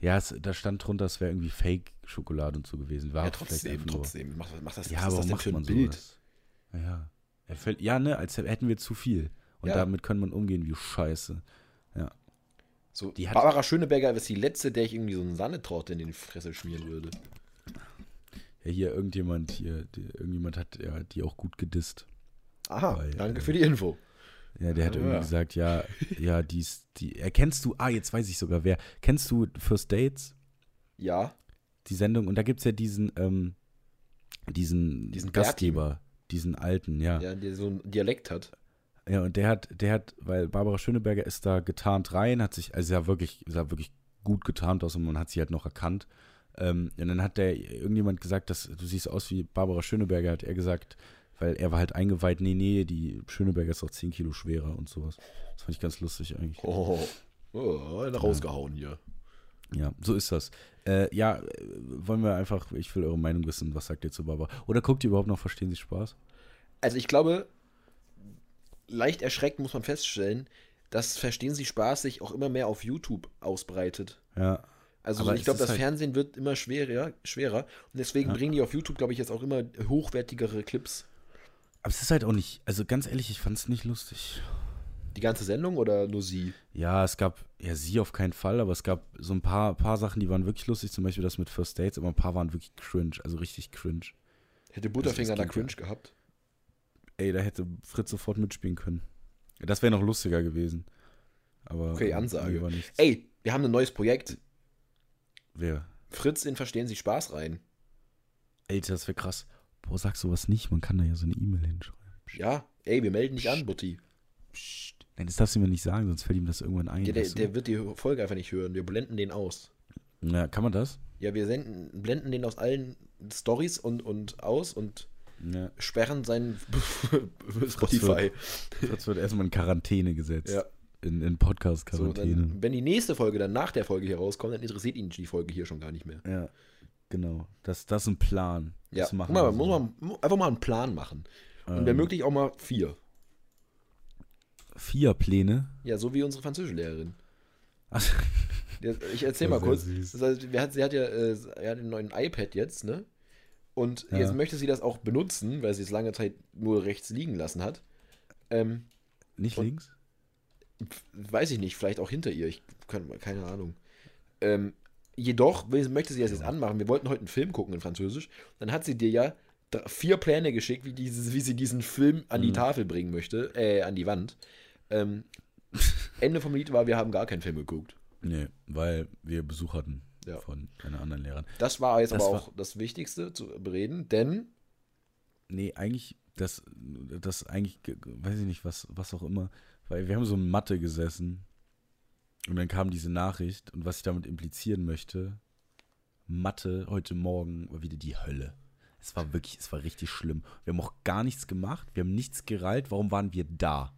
[SPEAKER 2] Ja, es, da stand drunter, es wäre irgendwie Fake-Schokolade und so gewesen. War
[SPEAKER 1] ja,
[SPEAKER 2] vielleicht
[SPEAKER 1] trotzdem,
[SPEAKER 2] einfach nur-
[SPEAKER 1] trotzdem. Macht, macht das,
[SPEAKER 2] Ja,
[SPEAKER 1] was ist
[SPEAKER 2] aber
[SPEAKER 1] das
[SPEAKER 2] warum
[SPEAKER 1] denn
[SPEAKER 2] macht
[SPEAKER 1] für ein
[SPEAKER 2] man
[SPEAKER 1] Bild?
[SPEAKER 2] Bild? sowas? Ja. Er fällt, ja, ne, als hätten wir zu viel. Und
[SPEAKER 1] Ja.
[SPEAKER 2] damit kann man umgehen, wie scheiße.
[SPEAKER 1] So,
[SPEAKER 2] Die hat-
[SPEAKER 1] Barbara Schöneberger ist die letzte, der ich irgendwie so einen Sahnetorte in die Fresse schmieren würde.
[SPEAKER 2] Ja, hier irgendjemand, hier, die, irgendjemand hat ja, die auch gut gedisst.
[SPEAKER 1] Aha,
[SPEAKER 2] Weil,
[SPEAKER 1] danke
[SPEAKER 2] äh,
[SPEAKER 1] für die Info.
[SPEAKER 2] Ja, der hat
[SPEAKER 1] Ah,
[SPEAKER 2] irgendwie
[SPEAKER 1] ja.
[SPEAKER 2] gesagt, ja, ja, die ist, die, erkennst du, ah, jetzt weiß ich sogar wer, kennst du First Dates,
[SPEAKER 1] Ja,
[SPEAKER 2] die Sendung? Und da gibt's ja diesen, ähm, diesen,
[SPEAKER 1] Diesen
[SPEAKER 2] Gastgeber, diesen alten, ja.
[SPEAKER 1] ja, der so einen Dialekt hat.
[SPEAKER 2] Ja, und der hat, der hat, weil Barbara Schöneberger ist da getarnt rein, hat sich, also sie sah wirklich, sah wirklich gut getarnt aus und man hat sie halt noch erkannt. Ähm, und dann hat der irgendjemand gesagt, dass du siehst aus wie Barbara Schöneberger, hat er gesagt, weil er war halt eingeweiht, nee, nee, die Schöneberger ist auch 10 Kilo schwerer und sowas. Das fand ich ganz lustig eigentlich.
[SPEAKER 1] Oh, oh, oh einer rausgehauen hier.
[SPEAKER 2] Ja, so ist das. Äh, ja, äh, wollen wir einfach, ich will eure Meinung wissen, was sagt ihr zu Barbara? Oder guckt ihr überhaupt noch, verstehen Sie Spaß?
[SPEAKER 1] Also ich glaube, leicht erschreckt muss man feststellen, dass Verstehen Sie Spaß sich auch immer mehr auf YouTube ausbreitet.
[SPEAKER 2] Ja.
[SPEAKER 1] Also
[SPEAKER 2] Aber
[SPEAKER 1] ich
[SPEAKER 2] es
[SPEAKER 1] glaube,
[SPEAKER 2] ist
[SPEAKER 1] das
[SPEAKER 2] halt-
[SPEAKER 1] Fernsehen wird immer schwerer, schwerer. Und deswegen
[SPEAKER 2] Ja.
[SPEAKER 1] bringen die auf YouTube, glaube ich, jetzt auch immer hochwertigere Clips.
[SPEAKER 2] Aber es ist halt auch nicht, also ganz ehrlich, ich fand es nicht lustig.
[SPEAKER 1] Die ganze Sendung oder nur sie?
[SPEAKER 2] Ja, es gab, ja, sie auf keinen Fall, aber es gab so ein paar, paar Sachen, die waren wirklich lustig, zum Beispiel das mit First Dates, aber ein paar waren wirklich cringe, also richtig cringe.
[SPEAKER 1] Hätte Butterfinger
[SPEAKER 2] das
[SPEAKER 1] da
[SPEAKER 2] klingt
[SPEAKER 1] cringe gehabt.
[SPEAKER 2] Ey, da hätte Fritz sofort mitspielen können. Das wäre noch lustiger gewesen. Aber
[SPEAKER 1] Okay, Ansage.
[SPEAKER 2] War nichts.
[SPEAKER 1] Ey, wir haben ein neues Projekt.
[SPEAKER 2] Wer?
[SPEAKER 1] Fritz in Verstehen Sie Spaß rein.
[SPEAKER 2] Ey, das wäre krass. Boah, sag sowas nicht, man kann da ja so eine E-Mail hinschreiben.
[SPEAKER 1] Ja, ey, wir melden dich an, Butti.
[SPEAKER 2] Psst. Nein, das darfst du mir nicht sagen, sonst fällt ihm das irgendwann ein.
[SPEAKER 1] Ja, der,
[SPEAKER 2] weißt du?
[SPEAKER 1] der wird die Folge einfach nicht hören. Wir blenden den aus.
[SPEAKER 2] ja, kann man das?
[SPEAKER 1] Ja, wir senden, blenden den aus allen Stories und, und aus und
[SPEAKER 2] Ja.
[SPEAKER 1] sperren seinen Spotify.
[SPEAKER 2] Fritz wird erstmal in Quarantäne gesetzt.
[SPEAKER 1] Ja.
[SPEAKER 2] In, in
[SPEAKER 1] So,
[SPEAKER 2] Podcast-Quarantäne.
[SPEAKER 1] dann, wenn die nächste Folge dann nach der Folge hier rauskommt, dann interessiert ihn die Folge hier schon gar nicht mehr.
[SPEAKER 2] ja, genau. Das, das ist ein Plan.
[SPEAKER 1] Ja,
[SPEAKER 2] Das
[SPEAKER 1] Guck
[SPEAKER 2] machen
[SPEAKER 1] mal,
[SPEAKER 2] wir
[SPEAKER 1] muss
[SPEAKER 2] so.
[SPEAKER 1] man mu- einfach mal einen Plan machen. Und
[SPEAKER 2] Ähm.
[SPEAKER 1] wenn möglich auch mal vier.
[SPEAKER 2] Vier Pläne.
[SPEAKER 1] Ja, so wie unsere Französischlehrerin.
[SPEAKER 2] Ach,
[SPEAKER 1] Ja, Ich erzähl mal
[SPEAKER 2] Das ist
[SPEAKER 1] kurz.
[SPEAKER 2] ja süß.
[SPEAKER 1] Das heißt, wer hat, sie hat ja äh, er hat den neuen iPad jetzt, ne? Und
[SPEAKER 2] Ja.
[SPEAKER 1] jetzt möchte sie das auch benutzen, weil sie es lange Zeit nur rechts liegen lassen hat. Ähm,
[SPEAKER 2] nicht
[SPEAKER 1] Und-
[SPEAKER 2] links?
[SPEAKER 1] pf, weiß ich nicht, vielleicht auch hinter ihr. Ich kann, keine Ahnung. Ähm, jedoch will, möchte sie das jetzt anmachen. Wir wollten heute einen Film gucken in Französisch. Dann hat sie dir ja dr- vier Pläne geschickt, wie, dieses, wie sie diesen Film an die
[SPEAKER 2] Mhm.
[SPEAKER 1] Tafel bringen möchte, äh, an die Wand. Ähm, Ende vom Lied war, wir haben gar keinen Film geguckt.
[SPEAKER 2] Nee, weil wir Besuch hatten
[SPEAKER 1] Ja.
[SPEAKER 2] von einer anderen Lehrerin.
[SPEAKER 1] Das war jetzt
[SPEAKER 2] Das
[SPEAKER 1] aber
[SPEAKER 2] war-
[SPEAKER 1] auch das Wichtigste zu bereden, denn
[SPEAKER 2] Nee, eigentlich, das, das eigentlich, ge- ge- weiß ich nicht, was, was auch immer. Weil wir haben so in Mathe gesessen und dann kam diese Nachricht und was ich damit implizieren möchte, Mathe heute Morgen war wieder die Hölle. Es war wirklich, es war richtig schlimm. Wir haben auch gar nichts gemacht, wir haben nichts gereilt, warum waren wir da?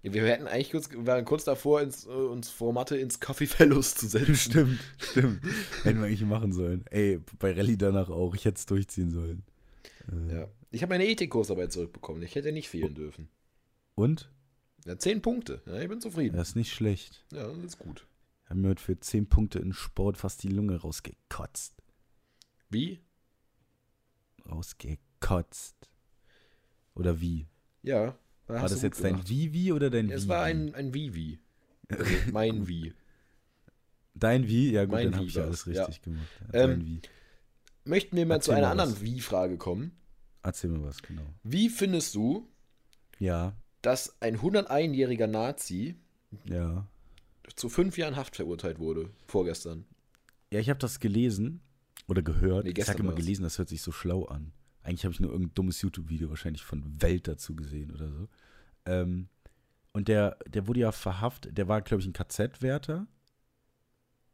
[SPEAKER 1] wir hätten eigentlich kurz, wir waren kurz davor, ins, äh, uns vor Mathe ins Coffee Fellows zu setzen.
[SPEAKER 2] Stimmt, stimmt. Hätten wir eigentlich machen sollen. Ey, bei Rallye danach auch, ich hätte es durchziehen sollen. Äh,
[SPEAKER 1] Ja. Ich habe meine Ethikkursarbeit zurückbekommen. Ich hätte nicht
[SPEAKER 2] Oh.
[SPEAKER 1] fehlen dürfen.
[SPEAKER 2] Und?
[SPEAKER 1] Ja, zehn Punkte. Ja, ich bin zufrieden.
[SPEAKER 2] Das ist nicht schlecht.
[SPEAKER 1] Ja, das ist gut.
[SPEAKER 2] Haben mir heute für 10 Punkte in Sport fast die Lunge rausgekotzt.
[SPEAKER 1] Wie?
[SPEAKER 2] rausgekotzt. Oder wie?
[SPEAKER 1] Ja.
[SPEAKER 2] War das jetzt dein Wie-Wie oder dein
[SPEAKER 1] Wie? Es
[SPEAKER 2] Wie-Wie?
[SPEAKER 1] war ein, ein Wie-Wie. Also mein Wie.
[SPEAKER 2] Dein Wie? Ja, gut,
[SPEAKER 1] Mein
[SPEAKER 2] dann habe
[SPEAKER 1] Wie
[SPEAKER 2] ich ja
[SPEAKER 1] war's,
[SPEAKER 2] alles richtig gemacht. Ja,
[SPEAKER 1] Ähm,
[SPEAKER 2] dein Wie.
[SPEAKER 1] Möchten wir mal zu
[SPEAKER 2] Erzähl
[SPEAKER 1] einer
[SPEAKER 2] mal was.
[SPEAKER 1] anderen Wie-Frage kommen?
[SPEAKER 2] Erzähl mir was, genau.
[SPEAKER 1] Wie findest du,
[SPEAKER 2] Ja,
[SPEAKER 1] dass ein 101-jähriger Nazi
[SPEAKER 2] ja.
[SPEAKER 1] zu fünf Jahren Haft verurteilt wurde? Vorgestern.
[SPEAKER 2] Ja, ich habe das gelesen oder gehört.
[SPEAKER 1] Nee,
[SPEAKER 2] ich
[SPEAKER 1] gestern
[SPEAKER 2] sage immer
[SPEAKER 1] war's.
[SPEAKER 2] gelesen, das hört sich so schlau an. Eigentlich habe ich nur irgendein dummes YouTube-Video wahrscheinlich von Welt dazu gesehen oder so. Ähm, und der, der wurde ja verhaftet, der war, glaube ich, ein KZ-Wärter.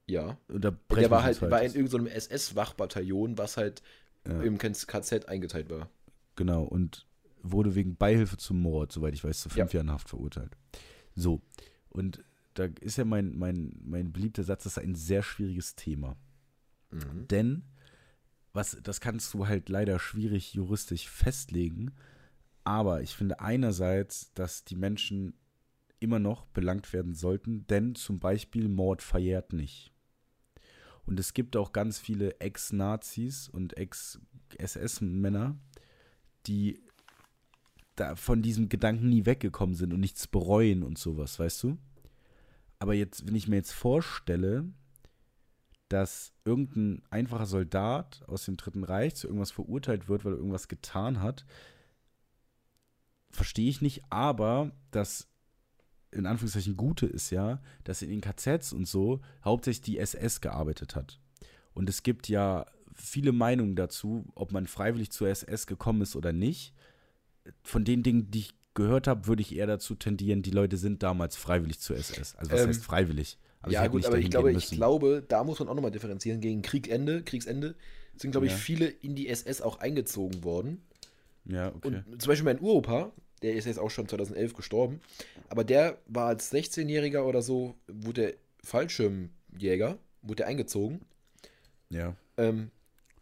[SPEAKER 1] Ja.
[SPEAKER 2] Und da
[SPEAKER 1] Und
[SPEAKER 2] brechen
[SPEAKER 1] der war
[SPEAKER 2] wir uns
[SPEAKER 1] halt war in
[SPEAKER 2] weiter.
[SPEAKER 1] irgendeinem SS-Wachbataillon, was halt
[SPEAKER 2] Ja.
[SPEAKER 1] im KZ eingeteilt war.
[SPEAKER 2] Genau, und wurde wegen Beihilfe zum Mord, soweit ich weiß, zu fünf Jahren Haft verurteilt. So, und da ist ja mein, mein, mein beliebter Satz, das ist ein sehr schwieriges Thema.
[SPEAKER 1] Mhm.
[SPEAKER 2] Denn, was, das kannst du halt leider schwierig juristisch festlegen, aber ich finde einerseits, dass die Menschen immer noch belangt werden sollten, denn zum Beispiel Mord verjährt nicht. Und es gibt auch ganz viele Ex-Nazis und Ex-SS-Männer, die da von diesem Gedanken nie weggekommen sind und nichts bereuen und sowas, weißt du? Aber jetzt, wenn ich mir jetzt vorstelle, dass irgendein einfacher Soldat aus dem Dritten Reich zu irgendwas verurteilt wird, weil er irgendwas getan hat, verstehe ich nicht, aber das in Anführungszeichen Gute ist ja, dass in den KZs und so hauptsächlich die SS gearbeitet hat. Und es gibt ja viele Meinungen dazu, ob man freiwillig zur SS gekommen ist oder nicht. Von den Dingen, die ich gehört habe, würde ich eher dazu tendieren, die Leute sind damals freiwillig zur SS. Also was
[SPEAKER 1] Ähm,
[SPEAKER 2] heißt freiwillig? sie
[SPEAKER 1] ja,
[SPEAKER 2] hätten
[SPEAKER 1] gut,
[SPEAKER 2] halt nicht
[SPEAKER 1] aber ich
[SPEAKER 2] dahin
[SPEAKER 1] glaube,
[SPEAKER 2] gehen
[SPEAKER 1] ich
[SPEAKER 2] müssen.
[SPEAKER 1] glaube, da muss man auch nochmal differenzieren. Gegen Kriegsende, Kriegsende sind, glaube
[SPEAKER 2] Ja.
[SPEAKER 1] ich, viele in die SS auch eingezogen worden.
[SPEAKER 2] Ja,
[SPEAKER 1] Und
[SPEAKER 2] okay.
[SPEAKER 1] zum Beispiel mein Uropa, der ist jetzt auch schon 2011 gestorben, aber der war als 16-Jähriger oder so, wurde der Fallschirmjäger, wurde der eingezogen,
[SPEAKER 2] ja.
[SPEAKER 1] ähm,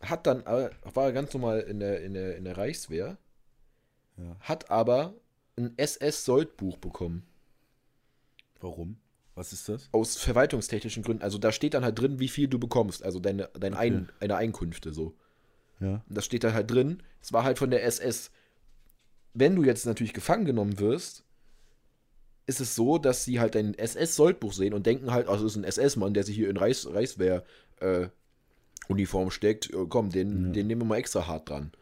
[SPEAKER 1] hat dann, äh, war ganz normal in der, in der, in der Reichswehr,
[SPEAKER 2] Ja.
[SPEAKER 1] hat aber ein SS-Soldbuch bekommen.
[SPEAKER 2] Warum? Was ist das?
[SPEAKER 1] Aus verwaltungstechnischen Gründen. Also da steht dann halt drin, wie viel du bekommst. Also deine, deine, Ein, deine Einkünfte so.
[SPEAKER 2] Ja.
[SPEAKER 1] Und das steht da halt drin. Es war halt von der SS. Wenn du jetzt natürlich gefangen genommen wirst, ist es so, dass sie halt ein SS-Soldbuch sehen und denken halt, also es ist ein SS-Mann, der sich hier in Reichs, Reichswehr-Uniform steckt. Äh, Komm, den,
[SPEAKER 2] Ja.
[SPEAKER 1] den nehmen wir mal extra hart dran.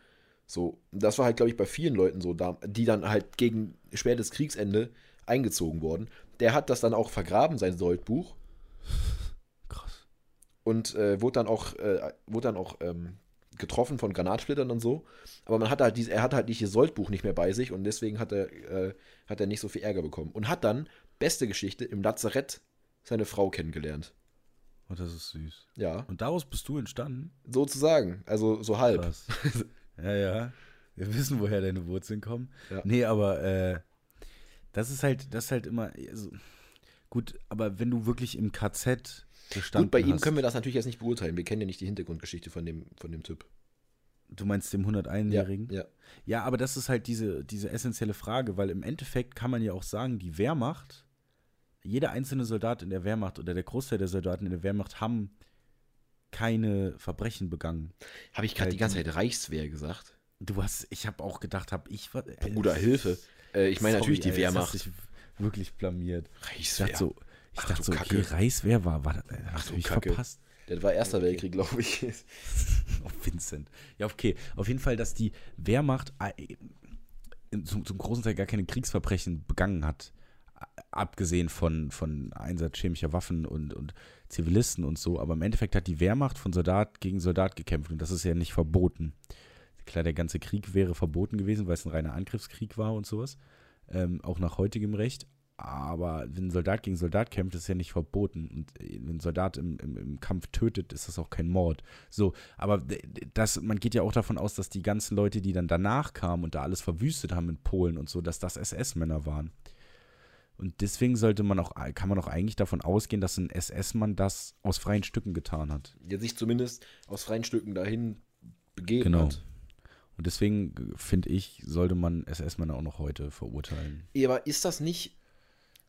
[SPEAKER 1] So, Und das war halt, glaube ich, bei vielen Leuten so, da, die dann halt gegen spätes Kriegsende eingezogen wurden. Der hat das dann auch vergraben, sein Soldbuch,
[SPEAKER 2] Krass.
[SPEAKER 1] und äh, wurde dann auch, äh, wurde dann auch ähm, getroffen von Granatsplittern und so. Aber man hat halt dies, er hat halt dieses Soldbuch nicht mehr bei sich und deswegen hat er, äh, hat er nicht so viel Ärger bekommen. Und hat dann, beste Geschichte, im Lazarett seine Frau kennengelernt.
[SPEAKER 2] Oh, das ist süß.
[SPEAKER 1] Ja,
[SPEAKER 2] Und daraus bist du entstanden?
[SPEAKER 1] sozusagen. Also so halb.
[SPEAKER 2] Krass. ja, ja. Wir wissen, woher deine Wurzeln kommen.
[SPEAKER 1] Ja.
[SPEAKER 2] Nee, aber äh, das ist halt, das ist halt immer. Also, gut, aber wenn du wirklich im KZ gestanden
[SPEAKER 1] Gut, bei ihm
[SPEAKER 2] hast,
[SPEAKER 1] können wir das natürlich jetzt nicht beurteilen. Wir kennen ja nicht die Hintergrundgeschichte von dem, von dem Typ.
[SPEAKER 2] du meinst dem
[SPEAKER 1] Ja,
[SPEAKER 2] 101-Jährigen?
[SPEAKER 1] ja.
[SPEAKER 2] Ja, aber das ist halt diese, diese essentielle Frage, weil im Endeffekt kann man ja auch sagen, die Wehrmacht, jeder einzelne Soldat in der Wehrmacht oder der Großteil der Soldaten in der Wehrmacht haben keine Verbrechen begangen.
[SPEAKER 1] Habe ich gerade die
[SPEAKER 2] Halt
[SPEAKER 1] ganze Zeit Reichswehr gesagt?
[SPEAKER 2] Du hast, ich habe auch gedacht, hab ich was.
[SPEAKER 1] Bruder, Hilfe. Äh, ich meine natürlich die Wehrmacht.
[SPEAKER 2] Ich wirklich blamiert. Ich
[SPEAKER 1] Reichswehr.
[SPEAKER 2] dachte so, ich
[SPEAKER 1] Ach
[SPEAKER 2] dachte
[SPEAKER 1] du
[SPEAKER 2] so, okay,
[SPEAKER 1] Kacke.
[SPEAKER 2] Reichswehr war, war äh,
[SPEAKER 1] Ach
[SPEAKER 2] hab
[SPEAKER 1] du
[SPEAKER 2] ich
[SPEAKER 1] Kacke.
[SPEAKER 2] verpasst.
[SPEAKER 1] Das war Erster Weltkrieg, glaube ich.
[SPEAKER 2] Oh, Vincent. Ja, okay. Auf jeden Fall, dass die Wehrmacht äh, in- zum, zum großen Teil gar keine Kriegsverbrechen begangen hat. A- Abgesehen von, von Einsatz chemischer Waffen und, und Zivilisten und so. Aber im Endeffekt hat die Wehrmacht von Soldat gegen Soldat gekämpft und das ist ja nicht verboten. Klar, der ganze Krieg wäre verboten gewesen, weil es ein reiner Angriffskrieg war und sowas. Ähm, auch nach heutigem Recht. Aber wenn ein Soldat gegen Soldat kämpft, ist ja nicht verboten. Und äh, wenn ein Soldat im, im, im Kampf tötet, ist das auch kein Mord. So, aber d- d- das, man geht ja auch davon aus, dass die ganzen Leute, die dann danach kamen und da alles verwüstet haben in Polen und so, dass das SS-Männer waren. Und deswegen sollte man auch, äh, kann man auch eigentlich davon ausgehen, dass ein SS-Mann das aus freien Stücken getan hat.
[SPEAKER 1] der sich zumindest aus freien Stücken dahin begeben
[SPEAKER 2] Genau.
[SPEAKER 1] hat.
[SPEAKER 2] Und deswegen äh, finde ich, sollte man SS-Männer auch noch heute verurteilen.
[SPEAKER 1] Ja, Aber ist das nicht,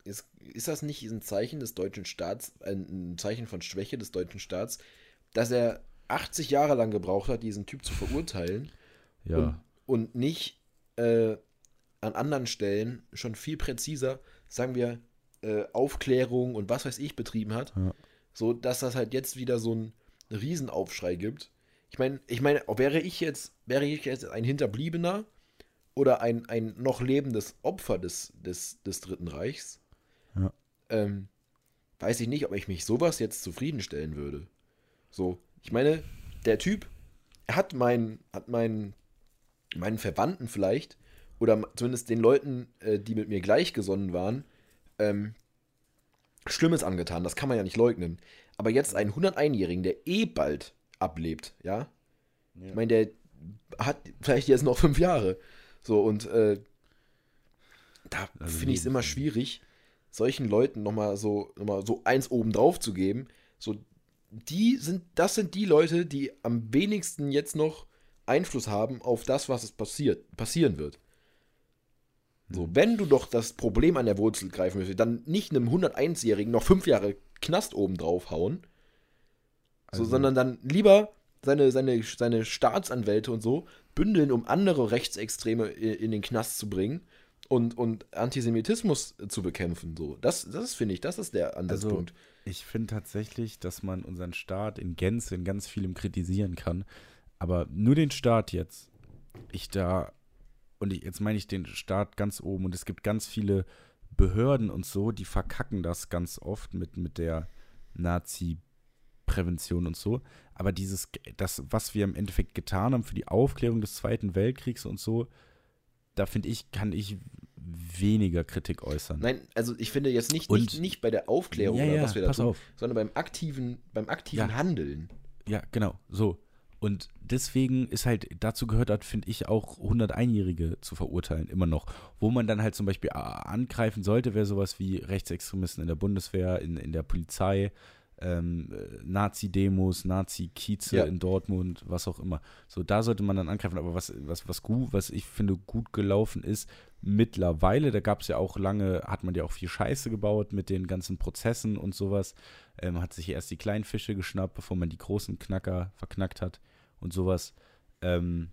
[SPEAKER 1] ist, ist das nicht ein Zeichen des deutschen Staats, ein, ein Zeichen von Schwäche des deutschen Staats, dass er 80 Jahre lang gebraucht hat, diesen Typ zu verurteilen
[SPEAKER 2] Ja.
[SPEAKER 1] und, und nicht äh, an anderen Stellen schon viel präziser, sagen wir, äh, Aufklärung und was weiß ich betrieben hat,
[SPEAKER 2] Ja.
[SPEAKER 1] so dass das halt jetzt wieder so einen Riesenaufschrei gibt. Ich meine, ich meine, wäre ich jetzt, wäre ich jetzt ein Hinterbliebener oder ein, ein noch lebendes Opfer des, des, des Dritten Reichs,
[SPEAKER 2] Ja.
[SPEAKER 1] ähm, weiß ich nicht, ob ich mich sowas jetzt zufriedenstellen würde. So, ich meine, der Typ hat meinen, hat meinen, meinen Verwandten vielleicht, oder m- zumindest den Leuten, äh, die mit mir gleichgesonnen waren, ähm, Schlimmes angetan, das kann man ja nicht leugnen. Aber jetzt einen 101-Jährigen, der eh bald ablebt, ja? Ich meine, der hat vielleicht jetzt noch fünf Jahre. So, und äh, da
[SPEAKER 2] Also
[SPEAKER 1] finde ich es immer
[SPEAKER 2] Lebenszeit.
[SPEAKER 1] schwierig, solchen Leuten nochmal so, noch mal so eins oben drauf zu geben. So, die sind, das sind die Leute, die am wenigsten jetzt noch Einfluss haben auf das, was es passiert, passieren wird. So,
[SPEAKER 2] Hm.
[SPEAKER 1] wenn du doch das Problem an der Wurzel greifen willst, dann nicht einem 101-Jährigen noch fünf Jahre Knast oben drauf hauen, so,
[SPEAKER 2] Also-
[SPEAKER 1] sondern dann lieber seine, seine, seine Staatsanwälte und so bündeln, um andere Rechtsextreme i- in den Knast zu bringen und, und Antisemitismus zu bekämpfen. So, das, das finde ich, das ist der
[SPEAKER 2] Also, hm.
[SPEAKER 1] Ansatzpunkt.
[SPEAKER 2] Ich finde tatsächlich, dass man unseren Staat in Gänze in ganz vielem kritisieren kann. Aber nur den Staat jetzt. Ich da, und ich, jetzt meine ich den Staat ganz oben. Und es gibt ganz viele Behörden und so, die verkacken das ganz oft mit, mit der Nazi-Prävention und so. Aber dieses, das, was wir im Endeffekt getan haben für die Aufklärung des Zweiten Weltkriegs und so, da finde ich, kann ich weniger Kritik äußern.
[SPEAKER 1] Nein, also ich finde jetzt nicht,
[SPEAKER 2] Und-
[SPEAKER 1] nicht, nicht bei der Aufklärung
[SPEAKER 2] Ja,
[SPEAKER 1] oder
[SPEAKER 2] ja,
[SPEAKER 1] was wir da
[SPEAKER 2] pass
[SPEAKER 1] tun,
[SPEAKER 2] auf.
[SPEAKER 1] sondern beim aktiven, beim aktiven
[SPEAKER 2] Ja.
[SPEAKER 1] Handeln.
[SPEAKER 2] Ja, genau, so. Und deswegen ist halt, dazu gehört hat, finde ich, auch 101-Jährige zu verurteilen, immer noch. Wo man dann halt zum Beispiel äh, angreifen sollte, wäre sowas wie Rechtsextremisten in der Bundeswehr, in, in der Polizei, ähm, Nazi-Demos, Nazi-Kieze
[SPEAKER 1] Ja.
[SPEAKER 2] in Dortmund, was auch immer. So, da sollte man dann angreifen. Aber was, was, was gut, was ich finde gut gelaufen ist, mittlerweile, da gab es ja auch lange, hat man ja auch viel Scheiße gebaut mit den ganzen Prozessen und sowas. Ähm, hat sich erst die kleinen Fische geschnappt, bevor man die großen Knacker verknackt hat und sowas. Ähm,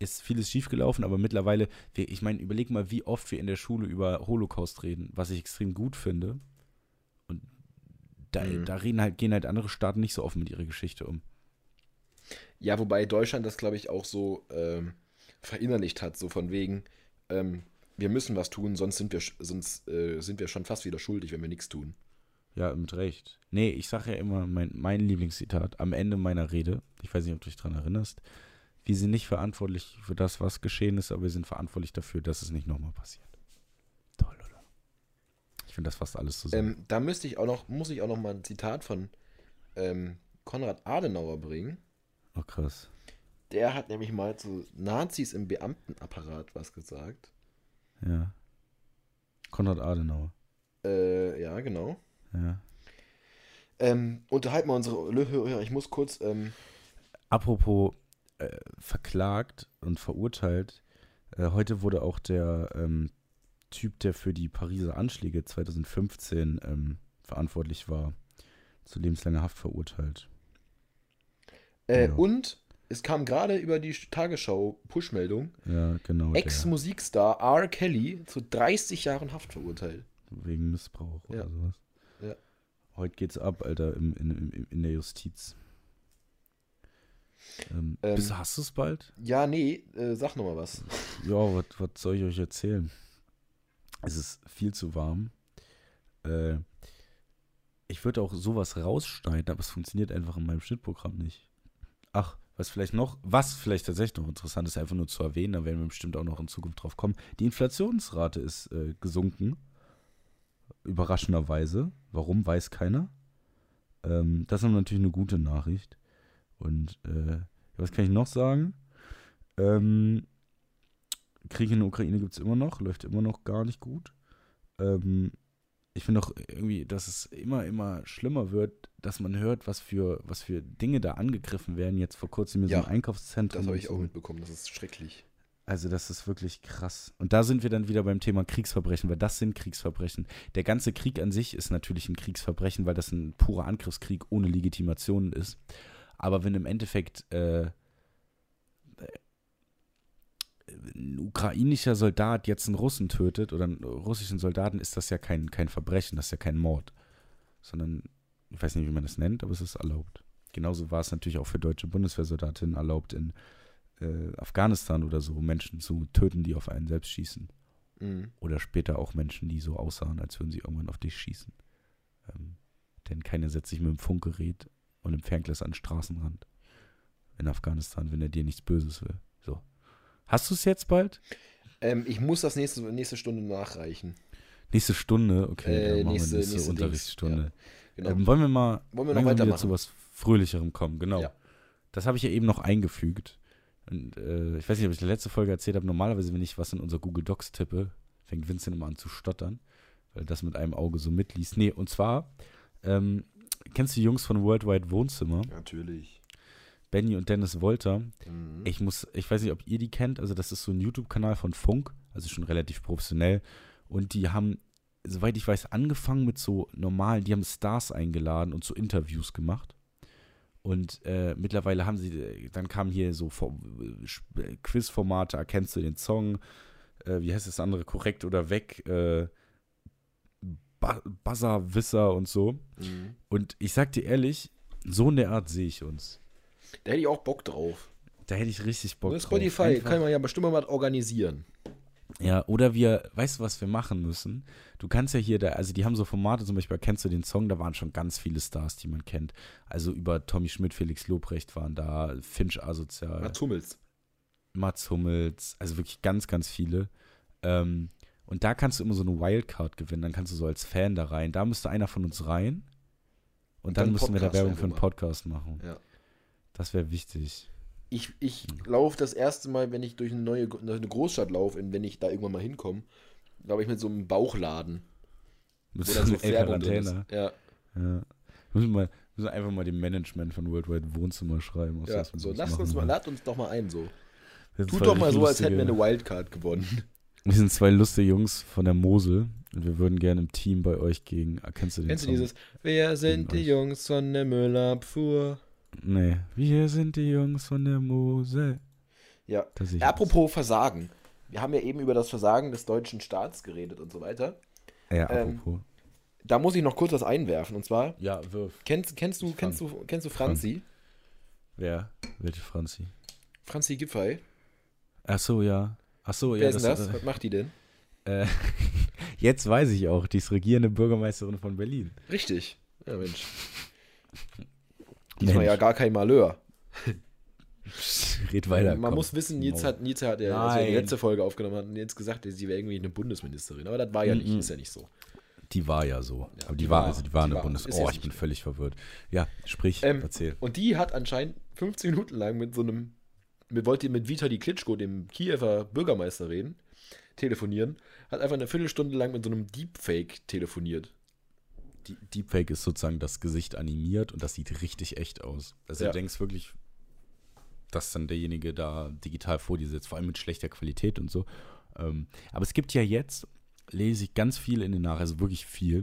[SPEAKER 2] ist vieles schiefgelaufen, aber mittlerweile, wir, ich meine, überleg mal, wie oft wir in der Schule über Holocaust reden, was ich extrem gut finde. Und da,
[SPEAKER 1] Mhm.
[SPEAKER 2] da reden halt, gehen halt andere Staaten nicht so offen mit ihrer Geschichte um.
[SPEAKER 1] Ja, wobei Deutschland das, glaube ich, auch so ähm, verinnerlicht hat, so von wegen, ähm, wir müssen was tun, sonst sind wir sch- sonst äh, sind wir schon fast wieder schuldig, wenn wir nichts tun.
[SPEAKER 2] Ja, mit Recht. Nee, ich sage ja immer mein, mein Lieblingszitat am Ende meiner Rede. Ich weiß nicht, ob du dich daran erinnerst. Wir sind nicht verantwortlich für das, was geschehen ist, aber wir sind verantwortlich dafür, dass es nicht nochmal passiert. Toll, oder? Ich finde das fast alles zusammen.
[SPEAKER 1] Ähm, da müsste ich auch noch, muss ich auch noch mal ein Zitat von ähm, Konrad Adenauer bringen.
[SPEAKER 2] oh, krass.
[SPEAKER 1] Der hat nämlich mal zu Nazis im Beamtenapparat was gesagt.
[SPEAKER 2] Ja. Konrad Adenauer.
[SPEAKER 1] Äh, ja, genau.
[SPEAKER 2] Ja.
[SPEAKER 1] Ähm, unterhalten wir unsere Lö- Hörer. Ich muss kurz. Ähm,
[SPEAKER 2] Apropos äh, verklagt und verurteilt, äh, heute wurde auch der ähm, Typ, der für die Pariser Anschläge 2015 ähm, verantwortlich war, zu lebenslanger Haft verurteilt.
[SPEAKER 1] äh,
[SPEAKER 2] Ja.
[SPEAKER 1] Und es kam gerade über die Tagesschau Push-Meldung.
[SPEAKER 2] Ja, genau. der,
[SPEAKER 1] Ex-Musikstar R. Kelly zu 30 Jahren Haft verurteilt.
[SPEAKER 2] wegen Missbrauch
[SPEAKER 1] Ja.
[SPEAKER 2] oder sowas.
[SPEAKER 1] Ja.
[SPEAKER 2] Heute geht's ab, Alter, im, in, in, in der Justiz. Ähm,
[SPEAKER 1] Ähm.
[SPEAKER 2] bist, hast du es bald?
[SPEAKER 1] Ja, nee, äh, sag nochmal was.
[SPEAKER 2] Ja, was soll ich euch erzählen? Es ist viel zu warm. Äh, ich würde auch sowas rausschneiden, aber es funktioniert einfach in meinem Schnittprogramm nicht. Ach, was vielleicht noch, was vielleicht tatsächlich noch interessant ist, einfach nur zu erwähnen, da werden wir bestimmt auch noch in Zukunft drauf kommen. Die Inflationsrate ist äh, gesunken. Überraschenderweise. Warum, weiß keiner. Ähm, das ist natürlich eine gute Nachricht. Und äh, was kann ich noch sagen? Ähm, Krieg in der Ukraine gibt es immer noch, läuft immer noch gar nicht gut. Ähm, ich finde auch irgendwie, dass es immer, immer schlimmer wird, dass man hört, was für, was für Dinge da angegriffen werden. Jetzt vor kurzem in
[SPEAKER 1] Ja,
[SPEAKER 2] so einem Einkaufszentrum.
[SPEAKER 1] Das habe
[SPEAKER 2] und
[SPEAKER 1] ich
[SPEAKER 2] so.
[SPEAKER 1] auch mitbekommen, das ist schrecklich.
[SPEAKER 2] Also das ist wirklich krass. Und da sind wir dann wieder beim Thema Kriegsverbrechen, weil das sind Kriegsverbrechen. Der ganze Krieg an sich ist natürlich ein Kriegsverbrechen, weil das ein purer Angriffskrieg ohne Legitimation ist. Aber wenn im Endeffekt äh, äh, ein ukrainischer Soldat jetzt einen Russen tötet oder einen russischen Soldaten, ist das ja kein, kein Verbrechen, das ist ja kein Mord. Sondern, ich weiß nicht, wie man das nennt, aber es ist erlaubt. Genauso war es natürlich auch für deutsche Bundeswehrsoldatinnen erlaubt in äh, Afghanistan oder so Menschen zu töten, die auf einen selbst schießen.
[SPEAKER 1] Mhm.
[SPEAKER 2] Oder später auch Menschen, die so aussahen, als würden sie irgendwann auf dich schießen. Ähm, denn keiner setzt sich mit dem Funkgerät und dem Fernglas an den Straßenrand. In Afghanistan, wenn er dir nichts Böses will. So. Hast du es jetzt bald?
[SPEAKER 1] Ähm, ich muss das nächste, nächste Stunde nachreichen.
[SPEAKER 2] Nächste Stunde, okay,
[SPEAKER 1] Äh,
[SPEAKER 2] dann machen
[SPEAKER 1] nächste-
[SPEAKER 2] wir nächste,
[SPEAKER 1] nächste Dings,
[SPEAKER 2] Unterrichtsstunde.
[SPEAKER 1] Genau.
[SPEAKER 2] ähm, wollen wir mal
[SPEAKER 1] Wollen wir noch
[SPEAKER 2] wieder
[SPEAKER 1] weitermachen?
[SPEAKER 2] zu was Fröhlicherem kommen, genau.
[SPEAKER 1] Ja.
[SPEAKER 2] Das habe ich ja eben noch eingefügt. Und äh, ich weiß nicht, ob ich in der letzten Folge erzählt habe, normalerweise, wenn ich was in unser Google Docs tippe, fängt Vincent immer an zu stottern, weil er das mit einem Auge so mitliest. Nee, und zwar, ähm, kennst du die Jungs von Worldwide Wohnzimmer?
[SPEAKER 1] Natürlich.
[SPEAKER 2] Benny und Dennis Wolter,
[SPEAKER 1] Mhm.
[SPEAKER 2] ich muss, ich weiß nicht, ob ihr die kennt, also das ist so ein YouTube-Kanal von Funk, also schon relativ professionell. Und die haben, soweit ich weiß, angefangen mit so normalen, die haben Stars eingeladen und so Interviews gemacht. Und äh, mittlerweile haben sie, dann kamen hier so Vor- äh, Quizformate, erkennst du den Song, äh, wie heißt das andere, korrekt oder weg, äh, ba Buzzer-Wisser und so.
[SPEAKER 1] Mhm.
[SPEAKER 2] Und ich sag dir ehrlich, so in der Art sehe ich uns.
[SPEAKER 1] Da hätte ich auch Bock drauf.
[SPEAKER 2] Da hätte ich richtig Bock
[SPEAKER 1] Bock
[SPEAKER 2] drauf.
[SPEAKER 1] Spotify
[SPEAKER 2] Einfach-
[SPEAKER 1] kann man ja bestimmt mal organisieren.
[SPEAKER 2] Ja, oder wir, weißt du, was wir machen müssen? Du kannst ja hier, da, also die haben so Formate, zum Beispiel, kennst du den Song, da waren schon ganz viele Stars, die man kennt. Also über Tommy Schmidt, Felix Lobrecht waren da, Finch Asozial.
[SPEAKER 1] Mats Hummels.
[SPEAKER 2] Mats Hummels, also wirklich ganz, ganz viele. Ähm, und da kannst du immer so eine Wildcard gewinnen, dann kannst du so als Fan da rein. Da müsste einer von uns rein. Und,
[SPEAKER 1] dann
[SPEAKER 2] dann müssen wir da
[SPEAKER 1] Podcast
[SPEAKER 2] Werbung für einen
[SPEAKER 1] darüber.
[SPEAKER 2] Podcast machen.
[SPEAKER 1] Ja.
[SPEAKER 2] Das wäre wichtig.
[SPEAKER 1] Ich, ich laufe das erste Mal, wenn ich durch eine neue durch eine Großstadt laufe, wenn ich da irgendwann mal hinkomme, glaube ich mit so einem Bauchladen.
[SPEAKER 2] Mit
[SPEAKER 1] wo dann
[SPEAKER 2] so einer
[SPEAKER 1] Werbung drin
[SPEAKER 2] Elferantenne.
[SPEAKER 1] ist. Ja.
[SPEAKER 2] Ja. Müssen wir müssen einfach mal dem Management von Worldwide Wohnzimmer schreiben. ob
[SPEAKER 1] Ja,
[SPEAKER 2] das mit
[SPEAKER 1] so, lasst uns mal,
[SPEAKER 2] machen. ne?
[SPEAKER 1] lad uns doch mal ein, so.
[SPEAKER 2] Wir sind
[SPEAKER 1] Tut
[SPEAKER 2] zwei
[SPEAKER 1] doch mal
[SPEAKER 2] richtig
[SPEAKER 1] so, als hätten
[SPEAKER 2] lustige-
[SPEAKER 1] wir eine Wildcard gewonnen.
[SPEAKER 2] Wir sind zwei lustige Jungs von der Mosel und wir würden gerne im Team bei euch gegen. ah, Kennst du den
[SPEAKER 1] Kennst du
[SPEAKER 2] Song?
[SPEAKER 1] dieses? Wir sind die
[SPEAKER 2] euch.
[SPEAKER 1] Jungs von der Müllabfuhr.
[SPEAKER 2] Nee. Wir sind die Jungs von der Mosel.
[SPEAKER 1] Ja.
[SPEAKER 2] Das ich
[SPEAKER 1] Apropos Versagen. Wir haben ja eben über das Versagen des deutschen Staats geredet und so weiter.
[SPEAKER 2] Ja,
[SPEAKER 1] ähm,
[SPEAKER 2] apropos.
[SPEAKER 1] Da muss ich noch kurz was einwerfen. Und zwar,
[SPEAKER 2] ja, wirf.
[SPEAKER 1] kennst, kennst, du, kennst, du, kennst du Franzi?
[SPEAKER 2] Wer? Welche Franzi?
[SPEAKER 1] Franzi Giffey?
[SPEAKER 2] Ach so, ja. Ach so,
[SPEAKER 1] Wer
[SPEAKER 2] ja.
[SPEAKER 1] ist denn das?
[SPEAKER 2] äh,
[SPEAKER 1] Was macht die denn?
[SPEAKER 2] Äh, jetzt weiß ich auch, die ist regierende Bürgermeisterin von Berlin.
[SPEAKER 1] Richtig. Ja, Mensch.
[SPEAKER 2] Mensch,
[SPEAKER 1] Diesmal ja gar kein Malheur.
[SPEAKER 2] red weiter.
[SPEAKER 1] Man
[SPEAKER 2] komm.
[SPEAKER 1] muss wissen, Nils
[SPEAKER 2] Genau.
[SPEAKER 1] hat, Nils hat ja, als wir die
[SPEAKER 2] Nein.
[SPEAKER 1] letzte Folge aufgenommen haben, Nils gesagt, sie wäre irgendwie eine Bundesministerin. Aber das war ja nicht, ist ja nicht so.
[SPEAKER 2] Die war ja so.
[SPEAKER 1] Ja,
[SPEAKER 2] aber die, war, also die war eine
[SPEAKER 1] war-
[SPEAKER 2] Bundes.
[SPEAKER 1] ist
[SPEAKER 2] Oh,
[SPEAKER 1] jetzt
[SPEAKER 2] ich
[SPEAKER 1] nicht
[SPEAKER 2] bin
[SPEAKER 1] mehr.
[SPEAKER 2] völlig verwirrt. Ja, sprich,
[SPEAKER 1] Ähm,
[SPEAKER 2] erzähl.
[SPEAKER 1] Und die hat anscheinend 15 Minuten lang mit so einem, mit, wollte mit Vitali Klitschko, dem Kiewer Bürgermeister, reden, telefonieren, hat einfach eine Viertelstunde lang mit so einem Deepfake telefoniert.
[SPEAKER 2] Die, Deepfake ist sozusagen das Gesicht animiert und das sieht richtig echt aus. Also
[SPEAKER 1] Ja.
[SPEAKER 2] du denkst wirklich, dass dann derjenige da digital vor dir sitzt, vor allem mit schlechter Qualität und so. Ähm, aber es gibt ja jetzt, lese ich ganz viel in den Nachrichten, also wirklich viel,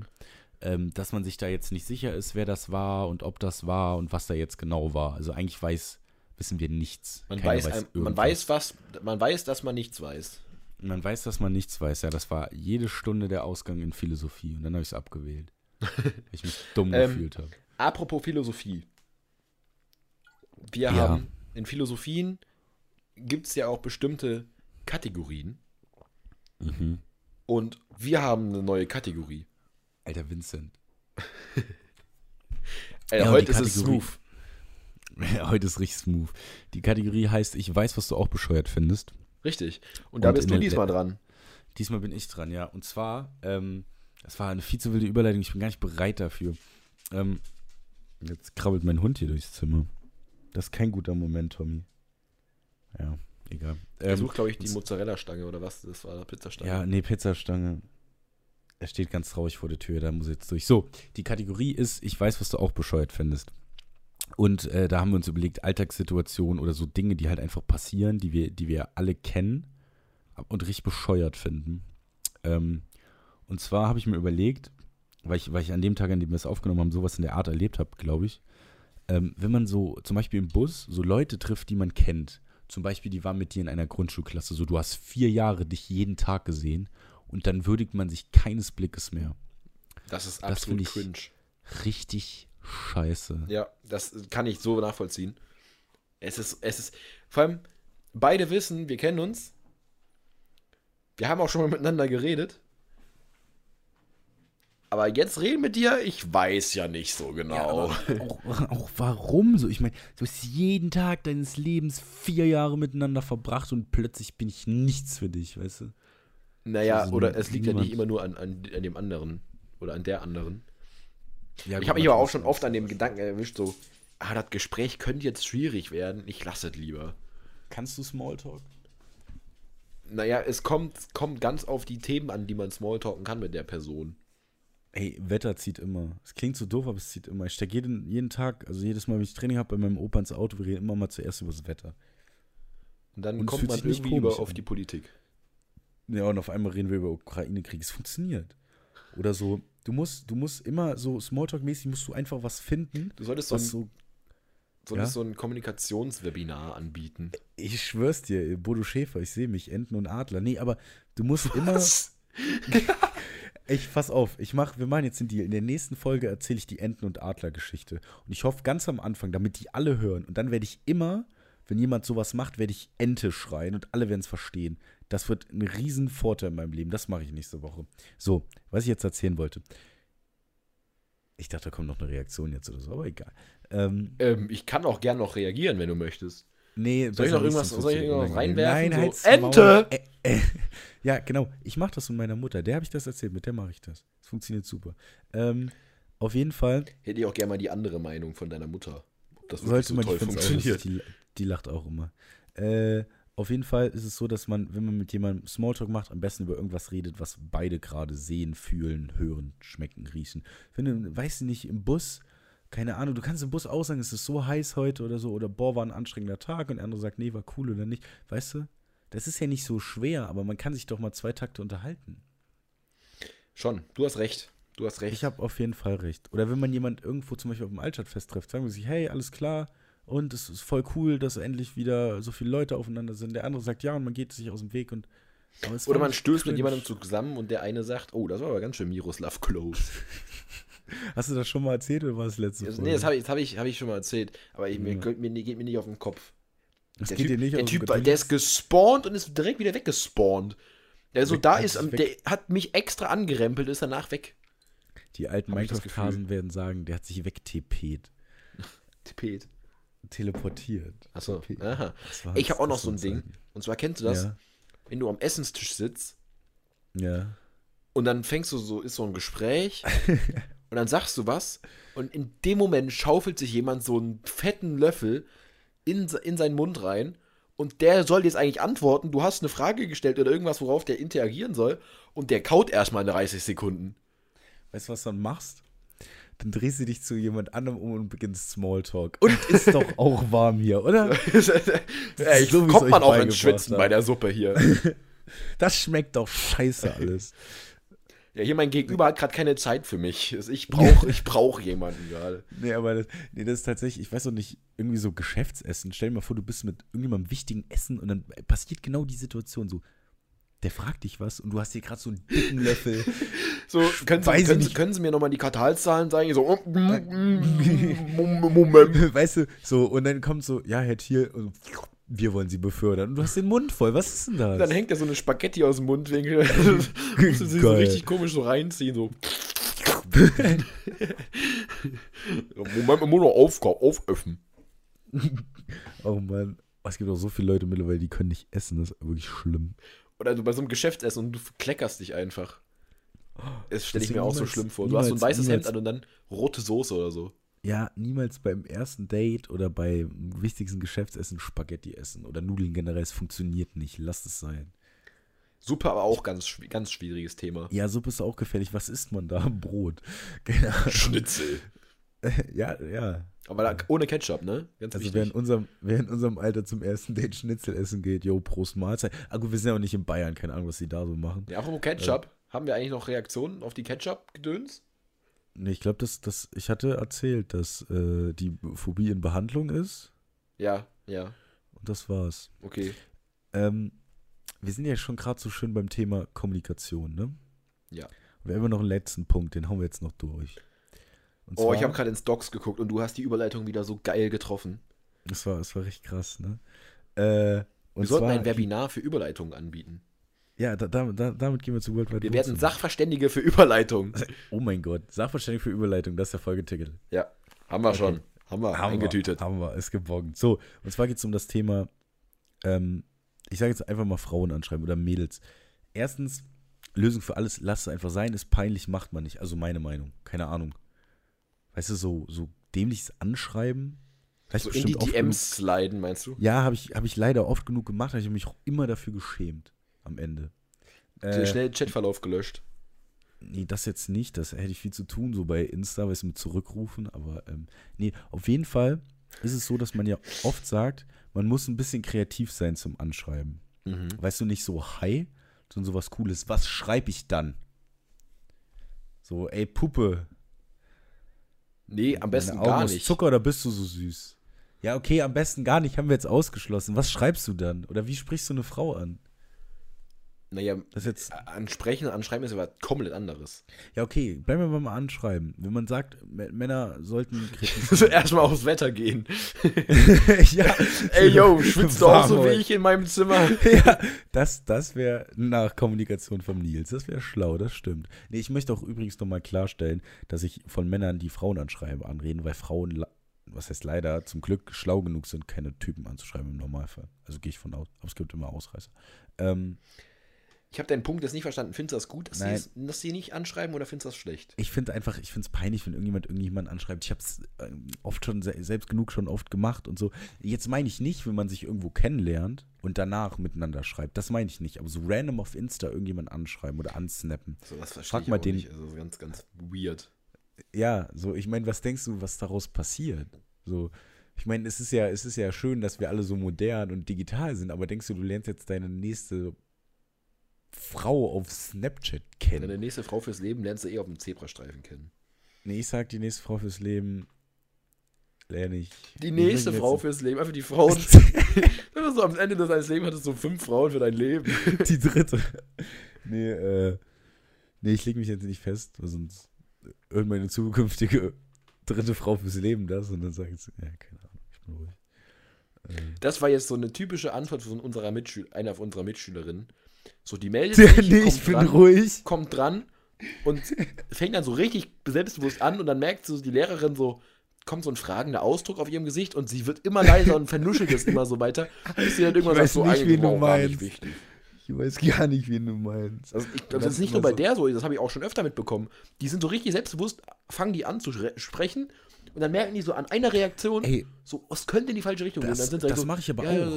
[SPEAKER 2] ähm, dass man sich da jetzt nicht sicher ist, wer das war und ob das war und was da jetzt genau war. Also eigentlich weiß, wissen wir nichts.
[SPEAKER 1] Man
[SPEAKER 2] Keiner
[SPEAKER 1] weiß, ein, man
[SPEAKER 2] irgendwas.
[SPEAKER 1] weiß was, man weiß, dass man nichts weiß.
[SPEAKER 2] Man weiß, dass man nichts weiß. Ja, das war jede Stunde der Ausgang in Philosophie und dann habe ich es abgewählt. weil ich mich dumm
[SPEAKER 1] Ähm,
[SPEAKER 2] gefühlt habe.
[SPEAKER 1] Apropos Philosophie. Wir
[SPEAKER 2] Ja.
[SPEAKER 1] haben in Philosophien gibt es ja auch bestimmte Kategorien.
[SPEAKER 2] Mhm.
[SPEAKER 1] Und wir haben eine neue Kategorie.
[SPEAKER 2] Alter Vincent.
[SPEAKER 1] Äh,
[SPEAKER 2] Ja, und
[SPEAKER 1] heute
[SPEAKER 2] die
[SPEAKER 1] ist es
[SPEAKER 2] Kategorie-
[SPEAKER 1] smooth.
[SPEAKER 2] Heute ist richtig smooth. Die Kategorie heißt Ich weiß, was du auch bescheuert findest.
[SPEAKER 1] Richtig. Und da
[SPEAKER 2] Und
[SPEAKER 1] bist
[SPEAKER 2] in
[SPEAKER 1] du
[SPEAKER 2] der-
[SPEAKER 1] diesmal dran.
[SPEAKER 2] Diesmal bin ich dran, ja. Und zwar, ähm, das war eine viel zu wilde Überleitung. Ich bin gar nicht bereit dafür. Ähm, jetzt krabbelt mein Hund hier durchs Zimmer. Das ist kein guter Moment, Tommy. Ja, egal.
[SPEAKER 1] Er
[SPEAKER 2] Ähm,
[SPEAKER 1] sucht, glaube ich, die
[SPEAKER 2] und-
[SPEAKER 1] Mozzarella-Stange oder was? Das war Pizzastange.
[SPEAKER 2] Ja, nee, Pizzastange. Er steht ganz traurig vor der Tür, da muss er jetzt durch. So, die Kategorie ist, ich weiß, was du auch bescheuert findest. Und äh, da haben wir uns überlegt, Alltagssituationen oder so Dinge, die halt einfach passieren, die wir, die wir alle kennen und richtig bescheuert finden. Ähm, und zwar habe ich mir überlegt, weil ich, weil ich an dem Tag, an dem wir es aufgenommen haben, sowas in der Art erlebt habe, glaube ich, ähm, wenn man so zum Beispiel im Bus so Leute trifft, die man kennt, zum Beispiel die waren mit dir in einer Grundschulklasse, so du hast vier Jahre dich jeden Tag gesehen und dann würdigt man sich keines Blickes mehr.
[SPEAKER 1] Das ist
[SPEAKER 2] Das
[SPEAKER 1] absolut
[SPEAKER 2] find ich-
[SPEAKER 1] cringe.
[SPEAKER 2] Richtig scheiße.
[SPEAKER 1] Ja, das äh, kann ich so nachvollziehen. Es ist, es ist, vor allem, beide wissen, wir kennen uns. Wir haben auch schon mal miteinander geredet. Aber jetzt reden mit dir, ich weiß ja nicht so genau.
[SPEAKER 2] Auch, auch warum so? Ich meine, du hast jeden Tag deines Lebens vier Jahre miteinander verbracht und plötzlich bin ich nichts für dich, weißt du?
[SPEAKER 1] naja,
[SPEAKER 2] Also
[SPEAKER 1] oder es liegt ja nicht
[SPEAKER 2] niemand-
[SPEAKER 1] immer nur an, an, an dem anderen oder an der anderen.
[SPEAKER 2] Ja,
[SPEAKER 1] Ich
[SPEAKER 2] gut,
[SPEAKER 1] habe mich aber auch
[SPEAKER 2] natürlich.
[SPEAKER 1] schon oft an dem Gedanken erwischt, so, ah, das Gespräch könnte jetzt schwierig werden, ich lasse es lieber.
[SPEAKER 2] Kannst du Smalltalk?
[SPEAKER 1] Naja, es kommt, es kommt ganz auf die Themen an, die man smalltalken kann mit der Person.
[SPEAKER 2] Ey, Wetter zieht immer. Es klingt so doof, aber es zieht immer. Ich stecke jeden, jeden Tag, also jedes Mal, wenn ich Training habe, bei meinem Opa ins Auto, wir reden immer mal zuerst über das Wetter.
[SPEAKER 1] Und dann
[SPEAKER 2] Und es
[SPEAKER 1] kommt
[SPEAKER 2] fühlt
[SPEAKER 1] man
[SPEAKER 2] sich nicht
[SPEAKER 1] irgendwie über
[SPEAKER 2] komisch
[SPEAKER 1] auf
[SPEAKER 2] an.
[SPEAKER 1] die Politik.
[SPEAKER 2] Ja, und auf einmal reden wir über Ukraine-Krieg. Es funktioniert. Oder so, du musst, du musst immer so Smalltalk-mäßig musst du einfach was finden,
[SPEAKER 1] Du solltest so ein,
[SPEAKER 2] was
[SPEAKER 1] so,
[SPEAKER 2] so,
[SPEAKER 1] solltest
[SPEAKER 2] ja?
[SPEAKER 1] so ein Kommunikationswebinar anbieten.
[SPEAKER 2] ich schwör's dir, Bodo Schäfer, ich sehe mich, Enten und Adler. Nee, aber du musst immer, ich pass auf, ich mach, wir machen jetzt den Deal. In der nächsten Folge erzähle ich die Enten- und Adler-Geschichte. Und ich hoffe ganz am Anfang, damit die alle hören. Und dann werde ich immer, wenn jemand sowas macht, werde ich Ente schreien und alle werden es verstehen. Das wird ein riesen Vorteil in meinem Leben. Das mache ich nächste Woche. So, was ich jetzt erzählen wollte. Ich dachte, da kommt noch eine Reaktion jetzt oder so, aber egal. Ähm,
[SPEAKER 1] Ähm, ich kann auch gern noch reagieren, wenn du möchtest.
[SPEAKER 2] nee,
[SPEAKER 1] Soll ich noch
[SPEAKER 2] besser nicht,
[SPEAKER 1] irgendwas-
[SPEAKER 2] sonst
[SPEAKER 1] soll ich
[SPEAKER 2] wird's
[SPEAKER 1] irgendwas
[SPEAKER 2] unangenehm.
[SPEAKER 1] reinwerfen?
[SPEAKER 2] Nein,
[SPEAKER 1] So,
[SPEAKER 2] halt's
[SPEAKER 1] Ente!
[SPEAKER 2] Maul. Ä- äh, ja, genau. Ich mache das mit meiner Mutter. Der habe ich das erzählt. Mit der mache ich das. Es funktioniert super. Ähm, auf jeden Fall
[SPEAKER 1] Hätte ich auch gern mal die andere Meinung von deiner Mutter. ob Das wirklich
[SPEAKER 2] sollte man die Fans auch
[SPEAKER 1] funktioniert.
[SPEAKER 2] lustig, die, die lacht auch immer. Äh, auf jeden Fall ist es so, dass man, wenn man mit jemandem Smalltalk macht, am besten über irgendwas redet, was beide gerade sehen, fühlen, hören, schmecken, riechen. Wenn du, weißt du nicht, im Bus keine Ahnung, du kannst im Bus auch sagen, es ist so heiß heute oder so, oder boah, war ein anstrengender Tag und der andere sagt, nee, war cool oder nicht. Weißt du, das ist ja nicht so schwer, aber man kann sich doch mal zwei Takte unterhalten.
[SPEAKER 1] Schon, du hast recht. Du hast recht.
[SPEAKER 2] Ich habe auf jeden Fall recht. Oder wenn man jemand irgendwo zum Beispiel auf dem Altstadtfest trifft, sagen wir sich, hey, alles klar, und es ist voll cool, dass endlich wieder so viele Leute aufeinander sind. Der andere sagt ja und man geht sich aus dem Weg und. aber es
[SPEAKER 1] Oder
[SPEAKER 2] war
[SPEAKER 1] man
[SPEAKER 2] nicht
[SPEAKER 1] stößt mit
[SPEAKER 2] cringe.
[SPEAKER 1] jemandem zusammen und der eine sagt, oh, das war aber ganz schön Miroslav Klose.
[SPEAKER 2] Hast du das schon mal erzählt oder war es letzte
[SPEAKER 1] Also,
[SPEAKER 2] Folge?
[SPEAKER 1] nee, das habe ich, das hab ich, hab ich schon mal erzählt, aber ich, mir,
[SPEAKER 2] Ja.
[SPEAKER 1] geht- mir, geht mir nicht auf den Kopf.
[SPEAKER 2] Das
[SPEAKER 1] Der
[SPEAKER 2] geht
[SPEAKER 1] Typ,
[SPEAKER 2] dir nicht
[SPEAKER 1] der
[SPEAKER 2] aus dem
[SPEAKER 1] typ
[SPEAKER 2] Kopf.
[SPEAKER 1] der ist gespawnt und ist direkt wieder weggespawnt. Der so
[SPEAKER 2] Weg-
[SPEAKER 1] da
[SPEAKER 2] weg-
[SPEAKER 1] ist, am-
[SPEAKER 2] weg.
[SPEAKER 1] der hat mich extra angerempelt, ist danach weg.
[SPEAKER 2] Die alten
[SPEAKER 1] Hab ich das
[SPEAKER 2] Minecraft-Hasen werden sagen, der hat sich wegtepet.
[SPEAKER 1] Tipet.
[SPEAKER 2] Teleportiert.
[SPEAKER 1] Achso,
[SPEAKER 2] Tippet.
[SPEAKER 1] aha.
[SPEAKER 2] Ah, Das war's,
[SPEAKER 1] Ich habe auch noch
[SPEAKER 2] das
[SPEAKER 1] so ein
[SPEAKER 2] soll's
[SPEAKER 1] Ding.
[SPEAKER 2] sein.
[SPEAKER 1] Und zwar kennst du das,
[SPEAKER 2] Ja.
[SPEAKER 1] wenn du am Essenstisch sitzt
[SPEAKER 2] Ja.
[SPEAKER 1] und dann fängst du so, ist so ein Gespräch und dann sagst du was und in dem Moment schaufelt sich jemand so einen fetten Löffel in, se- in seinen Mund rein und der soll jetzt eigentlich antworten, du hast eine Frage gestellt oder irgendwas, worauf der interagieren soll und der kaut erstmal 30 Sekunden.
[SPEAKER 2] Weißt du, was du dann machst? Dann drehst du dich zu jemand anderem um und beginnst Smalltalk. Und ist doch auch warm hier, oder?
[SPEAKER 1] Ey, ich,
[SPEAKER 2] so, wie ich's
[SPEAKER 1] kommt man
[SPEAKER 2] euch
[SPEAKER 1] auch ins
[SPEAKER 2] beigebracht
[SPEAKER 1] Schwitzen
[SPEAKER 2] hab.
[SPEAKER 1] bei der Suppe hier.
[SPEAKER 2] Das schmeckt doch scheiße alles.
[SPEAKER 1] Ja, hier mein Gegenüber hat gerade keine Zeit für mich. Ich brauche ich brauch jemanden gerade.
[SPEAKER 2] Nee, aber das, nee, das ist tatsächlich, ich weiß noch nicht, irgendwie so Geschäftsessen. Stell dir mal vor, du bist mit irgendjemandem wichtigen Essen und dann passiert genau die Situation so. Der fragt dich was und du hast hier gerade so einen dicken Löffel.
[SPEAKER 1] So, können Sie,
[SPEAKER 2] Weiß ich
[SPEAKER 1] können, Sie,
[SPEAKER 2] nicht.
[SPEAKER 1] können Sie mir nochmal die Quartalszahlen sagen? Ich So, oh, mm, mm, Mom- Moment.
[SPEAKER 2] weißt du, so, und dann kommt so, ja, Herr Thiel, und wir wollen sie befördern. Und du hast den Mund voll. Was ist denn das?
[SPEAKER 1] Dann hängt er so eine Spaghetti aus dem Mundwinkel. Musst du sie so
[SPEAKER 2] Geil.
[SPEAKER 1] richtig komisch so reinziehen. So. Moment, immer noch aufkau- auföffnen.
[SPEAKER 2] oh Mann. Oh, es gibt auch so viele Leute mittlerweile, die können nicht essen. Das ist wirklich schlimm.
[SPEAKER 1] Oder du bei so einem Geschäftsessen und du kleckerst dich einfach. Das stelle ich mir auch so
[SPEAKER 2] niemals-
[SPEAKER 1] schlimm vor. Du hast so ein
[SPEAKER 2] niemals-
[SPEAKER 1] weißes Hemd
[SPEAKER 2] niemals-
[SPEAKER 1] an und dann rote Soße oder so.
[SPEAKER 2] Ja, niemals beim ersten Date oder beim wichtigsten Geschäftsessen Spaghetti essen oder Nudeln generell. Es funktioniert nicht. Lass es sein.
[SPEAKER 1] Super, aber auch ganz, schwi- ganz schwieriges Thema.
[SPEAKER 2] Ja, Suppe ist auch gefährlich. Was isst man da? Brot. Keine Ahnung.
[SPEAKER 1] Schnitzel.
[SPEAKER 2] Ja, ja.
[SPEAKER 1] Aber da, ohne Ketchup, ne? Ganz
[SPEAKER 2] Also wer in,
[SPEAKER 1] wichtig.
[SPEAKER 2] unserem, wer in unserem Alter zum ersten Date Schnitzel essen geht, jo, Prost Mahlzeit. Ah gut, wir sind ja auch nicht in Bayern, keine Ahnung, was die da so machen.
[SPEAKER 1] Ja, apropos Ketchup. Haben wir eigentlich noch Reaktionen auf die Ketchup-Gedöns?
[SPEAKER 2] Nee, ich glaube, das, das, ich hatte erzählt, dass äh, die Phobie in Behandlung ist
[SPEAKER 1] Ja, ja.
[SPEAKER 2] und das war's.
[SPEAKER 1] Okay.
[SPEAKER 2] Ähm, wir sind ja schon gerade so schön beim Thema Kommunikation, ne?
[SPEAKER 1] Ja.
[SPEAKER 2] Wir haben ja noch einen letzten Punkt, den haben wir jetzt noch durch. Und
[SPEAKER 1] Oh, ich
[SPEAKER 2] zwar-
[SPEAKER 1] habe gerade ins Docs geguckt und du hast die Überleitung wieder so geil getroffen.
[SPEAKER 2] Es war, es war recht krass, ne? Äh, und
[SPEAKER 1] Wir sollten
[SPEAKER 2] zwar,
[SPEAKER 1] ein Webinar für Überleitungen anbieten.
[SPEAKER 2] Ja, da, da, da, damit gehen wir zu Worldwide
[SPEAKER 1] Wir
[SPEAKER 2] Wurzeln.
[SPEAKER 1] werden Sachverständige für Überleitungen.
[SPEAKER 2] Oh mein Gott, Sachverständigung für Überleitung, das ist der Folgetitel.
[SPEAKER 1] Ja, haben wir schon. Haben wir
[SPEAKER 2] Haben
[SPEAKER 1] eingetütet.
[SPEAKER 2] Wir, haben wir, ist geborgen. So, und zwar geht es um das Thema, ähm, ich sage jetzt einfach mal Frauen anschreiben oder Mädels. Erstens, Lösung für alles, lass es einfach sein, ist peinlich, macht man nicht. Also meine Meinung, keine Ahnung. Weißt du, so, so dämliches Anschreiben. hab ich
[SPEAKER 1] So in
[SPEAKER 2] bestimmt
[SPEAKER 1] die
[SPEAKER 2] oft
[SPEAKER 1] DMs sliden, meinst du?
[SPEAKER 2] Genug, ja, habe ich, hab ich leider oft genug gemacht, hab ich mich auch immer dafür geschämt am Ende. Äh,
[SPEAKER 1] Schnell Chatverlauf gelöscht.
[SPEAKER 2] Nee, das jetzt nicht. Das hätte ich viel zu tun, so bei Insta, weißt du, mit zurückrufen. Aber ähm, nee, auf jeden Fall ist es so, dass man ja oft sagt, man muss ein bisschen kreativ sein zum Anschreiben.
[SPEAKER 1] Mhm.
[SPEAKER 2] Weißt du, nicht so hi, sondern sowas Cooles. Was schreibe ich dann? So, ey, Puppe.
[SPEAKER 1] Nee, am besten
[SPEAKER 2] deine Augen
[SPEAKER 1] gar
[SPEAKER 2] aus
[SPEAKER 1] nicht.
[SPEAKER 2] Zucker oder bist du so süß? Ja, okay, am besten gar nicht, haben wir jetzt ausgeschlossen. Was schreibst du dann? Oder wie sprichst du eine Frau an?
[SPEAKER 1] Naja,
[SPEAKER 2] Das ist jetzt
[SPEAKER 1] ansprechen, anschreiben ist aber komplett anderes.
[SPEAKER 2] Ja, okay, bleiben wir mal anschreiben. Wenn man sagt, M- Männer sollten kreativ
[SPEAKER 1] So erstmal aufs Wetter gehen.
[SPEAKER 2] ja.
[SPEAKER 1] Ey, yo, schwitzt du auch so wie
[SPEAKER 2] Warm
[SPEAKER 1] ich in meinem Zimmer?
[SPEAKER 2] ja, das, das wäre nach Kommunikation vom Nils. Das wäre schlau, das stimmt. Nee, ich möchte auch übrigens nochmal klarstellen, dass ich von Männern, die Frauen anschreiben, anreden, weil Frauen, le- was heißt leider, zum Glück schlau genug sind, keine Typen anzuschreiben im Normalfall. Also gehe ich von aus. Aber es gibt immer Ausreißer. Ähm,
[SPEAKER 1] Ich habe deinen Punkt jetzt nicht verstanden. Findest du das gut, dass sie,
[SPEAKER 2] Nein.
[SPEAKER 1] es, dass sie nicht anschreiben oder findest du das schlecht?
[SPEAKER 2] ich finde einfach, ich finde es peinlich, wenn irgendjemand irgendjemanden anschreibt. Ich habe es ähm, oft schon, se selbst genug schon oft gemacht und so. Jetzt meine ich nicht, wenn man sich irgendwo kennenlernt und danach miteinander schreibt. Das meine ich nicht. Aber so random auf Insta irgendjemanden anschreiben oder ansnappen.
[SPEAKER 1] So, das verstehe
[SPEAKER 2] Frag
[SPEAKER 1] ich
[SPEAKER 2] mal
[SPEAKER 1] auch
[SPEAKER 2] den-
[SPEAKER 1] nicht. Also ganz, ganz weird.
[SPEAKER 2] ja, so, ich meine, was denkst du, was daraus passiert? So, ich meine, es ist ja, es ist ja schön, dass wir alle so modern und digital sind, aber denkst du, du lernst jetzt deine nächste Frau auf Snapchat kennen?
[SPEAKER 1] Deine nächste Frau fürs Leben lernst du eh auf dem Zebrastreifen kennen.
[SPEAKER 2] Nee, ich sag, die nächste Frau fürs Leben lerne ich.
[SPEAKER 1] Die nächste
[SPEAKER 2] Wir
[SPEAKER 1] Frau
[SPEAKER 2] bringen
[SPEAKER 1] fürs Leben, einfach die Frauen. Immer so am Ende deines Lebens hattest du fünf Frauen für dein Leben.
[SPEAKER 2] jetzt Die dritte. Nee, äh, nee, ich leg mich jetzt nicht fest, weil sonst hört meine zukünftige dritte Frau fürs Leben das und dann sag ich, so, ja, keine Ahnung, ich bin ruhig.
[SPEAKER 1] Das war jetzt so eine typische Antwort von unserer Mitschül einer unserer Mitschülerinnen. So, die meldet
[SPEAKER 2] Ja, nee, ich
[SPEAKER 1] kommt
[SPEAKER 2] bin
[SPEAKER 1] dran,
[SPEAKER 2] ruhig.
[SPEAKER 1] kommt dran und fängt dann so richtig selbstbewusst an und dann merkt so die Lehrerin so, kommt so ein fragender Ausdruck auf ihrem Gesicht und sie wird immer leiser und vernuschelt es immer so weiter, bis sie dann irgendwann
[SPEAKER 2] weiß
[SPEAKER 1] sagt so,
[SPEAKER 2] nicht,
[SPEAKER 1] eigentlich
[SPEAKER 2] wen du
[SPEAKER 1] wow, war nicht
[SPEAKER 2] meinst.
[SPEAKER 1] wichtig.
[SPEAKER 2] Ich weiß gar nicht, wen du meinst.
[SPEAKER 1] Also ich,
[SPEAKER 2] Und
[SPEAKER 1] das ist
[SPEAKER 2] dann
[SPEAKER 1] nicht nur
[SPEAKER 2] immer
[SPEAKER 1] bei
[SPEAKER 2] so-
[SPEAKER 1] der so, das habe ich auch schon öfter mitbekommen. Die sind so richtig selbstbewusst, fangen die an zu schre- sprechen und dann merken die so an einer Reaktion,
[SPEAKER 2] Ey.
[SPEAKER 1] so, es könnte in die falsche Richtung
[SPEAKER 2] Das-
[SPEAKER 1] gehen. Dann sind sie halt
[SPEAKER 2] das
[SPEAKER 1] so,
[SPEAKER 2] mach ich aber auch.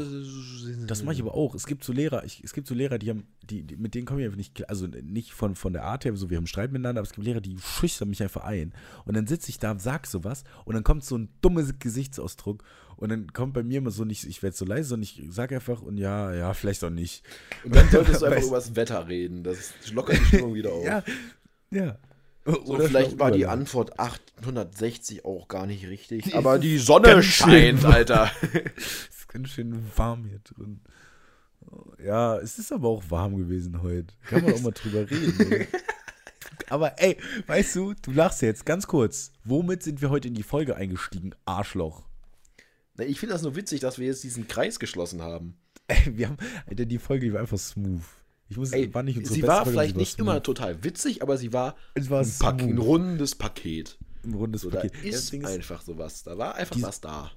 [SPEAKER 2] Das mache ich
[SPEAKER 1] Mhm.
[SPEAKER 2] aber auch. Es gibt so Lehrer, ich, es gibt so Lehrer, die haben, die, die, mit denen komme ich einfach nicht klar, also nicht von, von der Art her, so wir haben Streit miteinander, aber es gibt Lehrer, die schüchtern mich einfach ein. Und dann sitze ich da, sag sowas und dann kommt so ein dummes Gesichtsausdruck und dann kommt bei mir immer so nicht, ich werde so leise, sondern ich sag einfach und ja, ja, vielleicht auch nicht.
[SPEAKER 1] Und dann solltest du einfach
[SPEAKER 2] Weißt-
[SPEAKER 1] über das Wetter reden. Das lockert die Stimmung wieder auf.
[SPEAKER 2] Ja, ja.
[SPEAKER 1] So,
[SPEAKER 2] Oder
[SPEAKER 1] vielleicht
[SPEAKER 2] schlau
[SPEAKER 1] war die
[SPEAKER 2] überlegen.
[SPEAKER 1] Antwort 860 auch gar nicht richtig.
[SPEAKER 2] Die
[SPEAKER 1] aber
[SPEAKER 2] ist
[SPEAKER 1] die Sonne
[SPEAKER 2] ganz
[SPEAKER 1] scheint,
[SPEAKER 2] schlimm.
[SPEAKER 1] Alter.
[SPEAKER 2] Es ist ganz schön warm hier drin. Ja, es ist aber auch warm gewesen heute. Kann man auch mal drüber reden. oder? aber ey, weißt du, du lachst jetzt ganz kurz. Womit sind wir heute in die Folge eingestiegen, Arschloch?
[SPEAKER 1] Na, ich finde das nur witzig, dass wir jetzt diesen Kreis geschlossen haben.
[SPEAKER 2] Ey, wir haben, Alter, die Folge war einfach smooth. Ich muss,
[SPEAKER 1] Ey,
[SPEAKER 2] war nicht unsere
[SPEAKER 1] sie
[SPEAKER 2] beste
[SPEAKER 1] war
[SPEAKER 2] Folge,
[SPEAKER 1] vielleicht
[SPEAKER 2] aber sie
[SPEAKER 1] nicht
[SPEAKER 2] war
[SPEAKER 1] immer total witzig, aber sie war,
[SPEAKER 2] smooth. es war
[SPEAKER 1] ein, Pak- ein
[SPEAKER 2] smooth,
[SPEAKER 1] rundes Paket.
[SPEAKER 2] ein rundes
[SPEAKER 1] So, da
[SPEAKER 2] Paket. Ja, das
[SPEAKER 1] ist
[SPEAKER 2] Ding ist,
[SPEAKER 1] einfach sowas. Da war einfach
[SPEAKER 2] Die-
[SPEAKER 1] was da.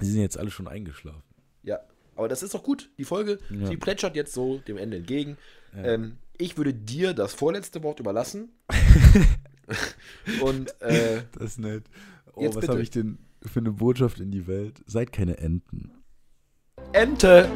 [SPEAKER 2] sie sind jetzt alle schon eingeschlafen.
[SPEAKER 1] Ja, aber das ist doch gut. Die Folge,
[SPEAKER 2] Ja.
[SPEAKER 1] die plätschert jetzt so dem Ende entgegen. Ähm, ich würde dir das vorletzte Wort überlassen. Und äh,
[SPEAKER 2] Das ist nett. Oh,
[SPEAKER 1] Jetzt
[SPEAKER 2] was
[SPEAKER 1] bitte.
[SPEAKER 2] habe ich denn für eine Botschaft in die Welt? Seid keine Enten.
[SPEAKER 1] Ente!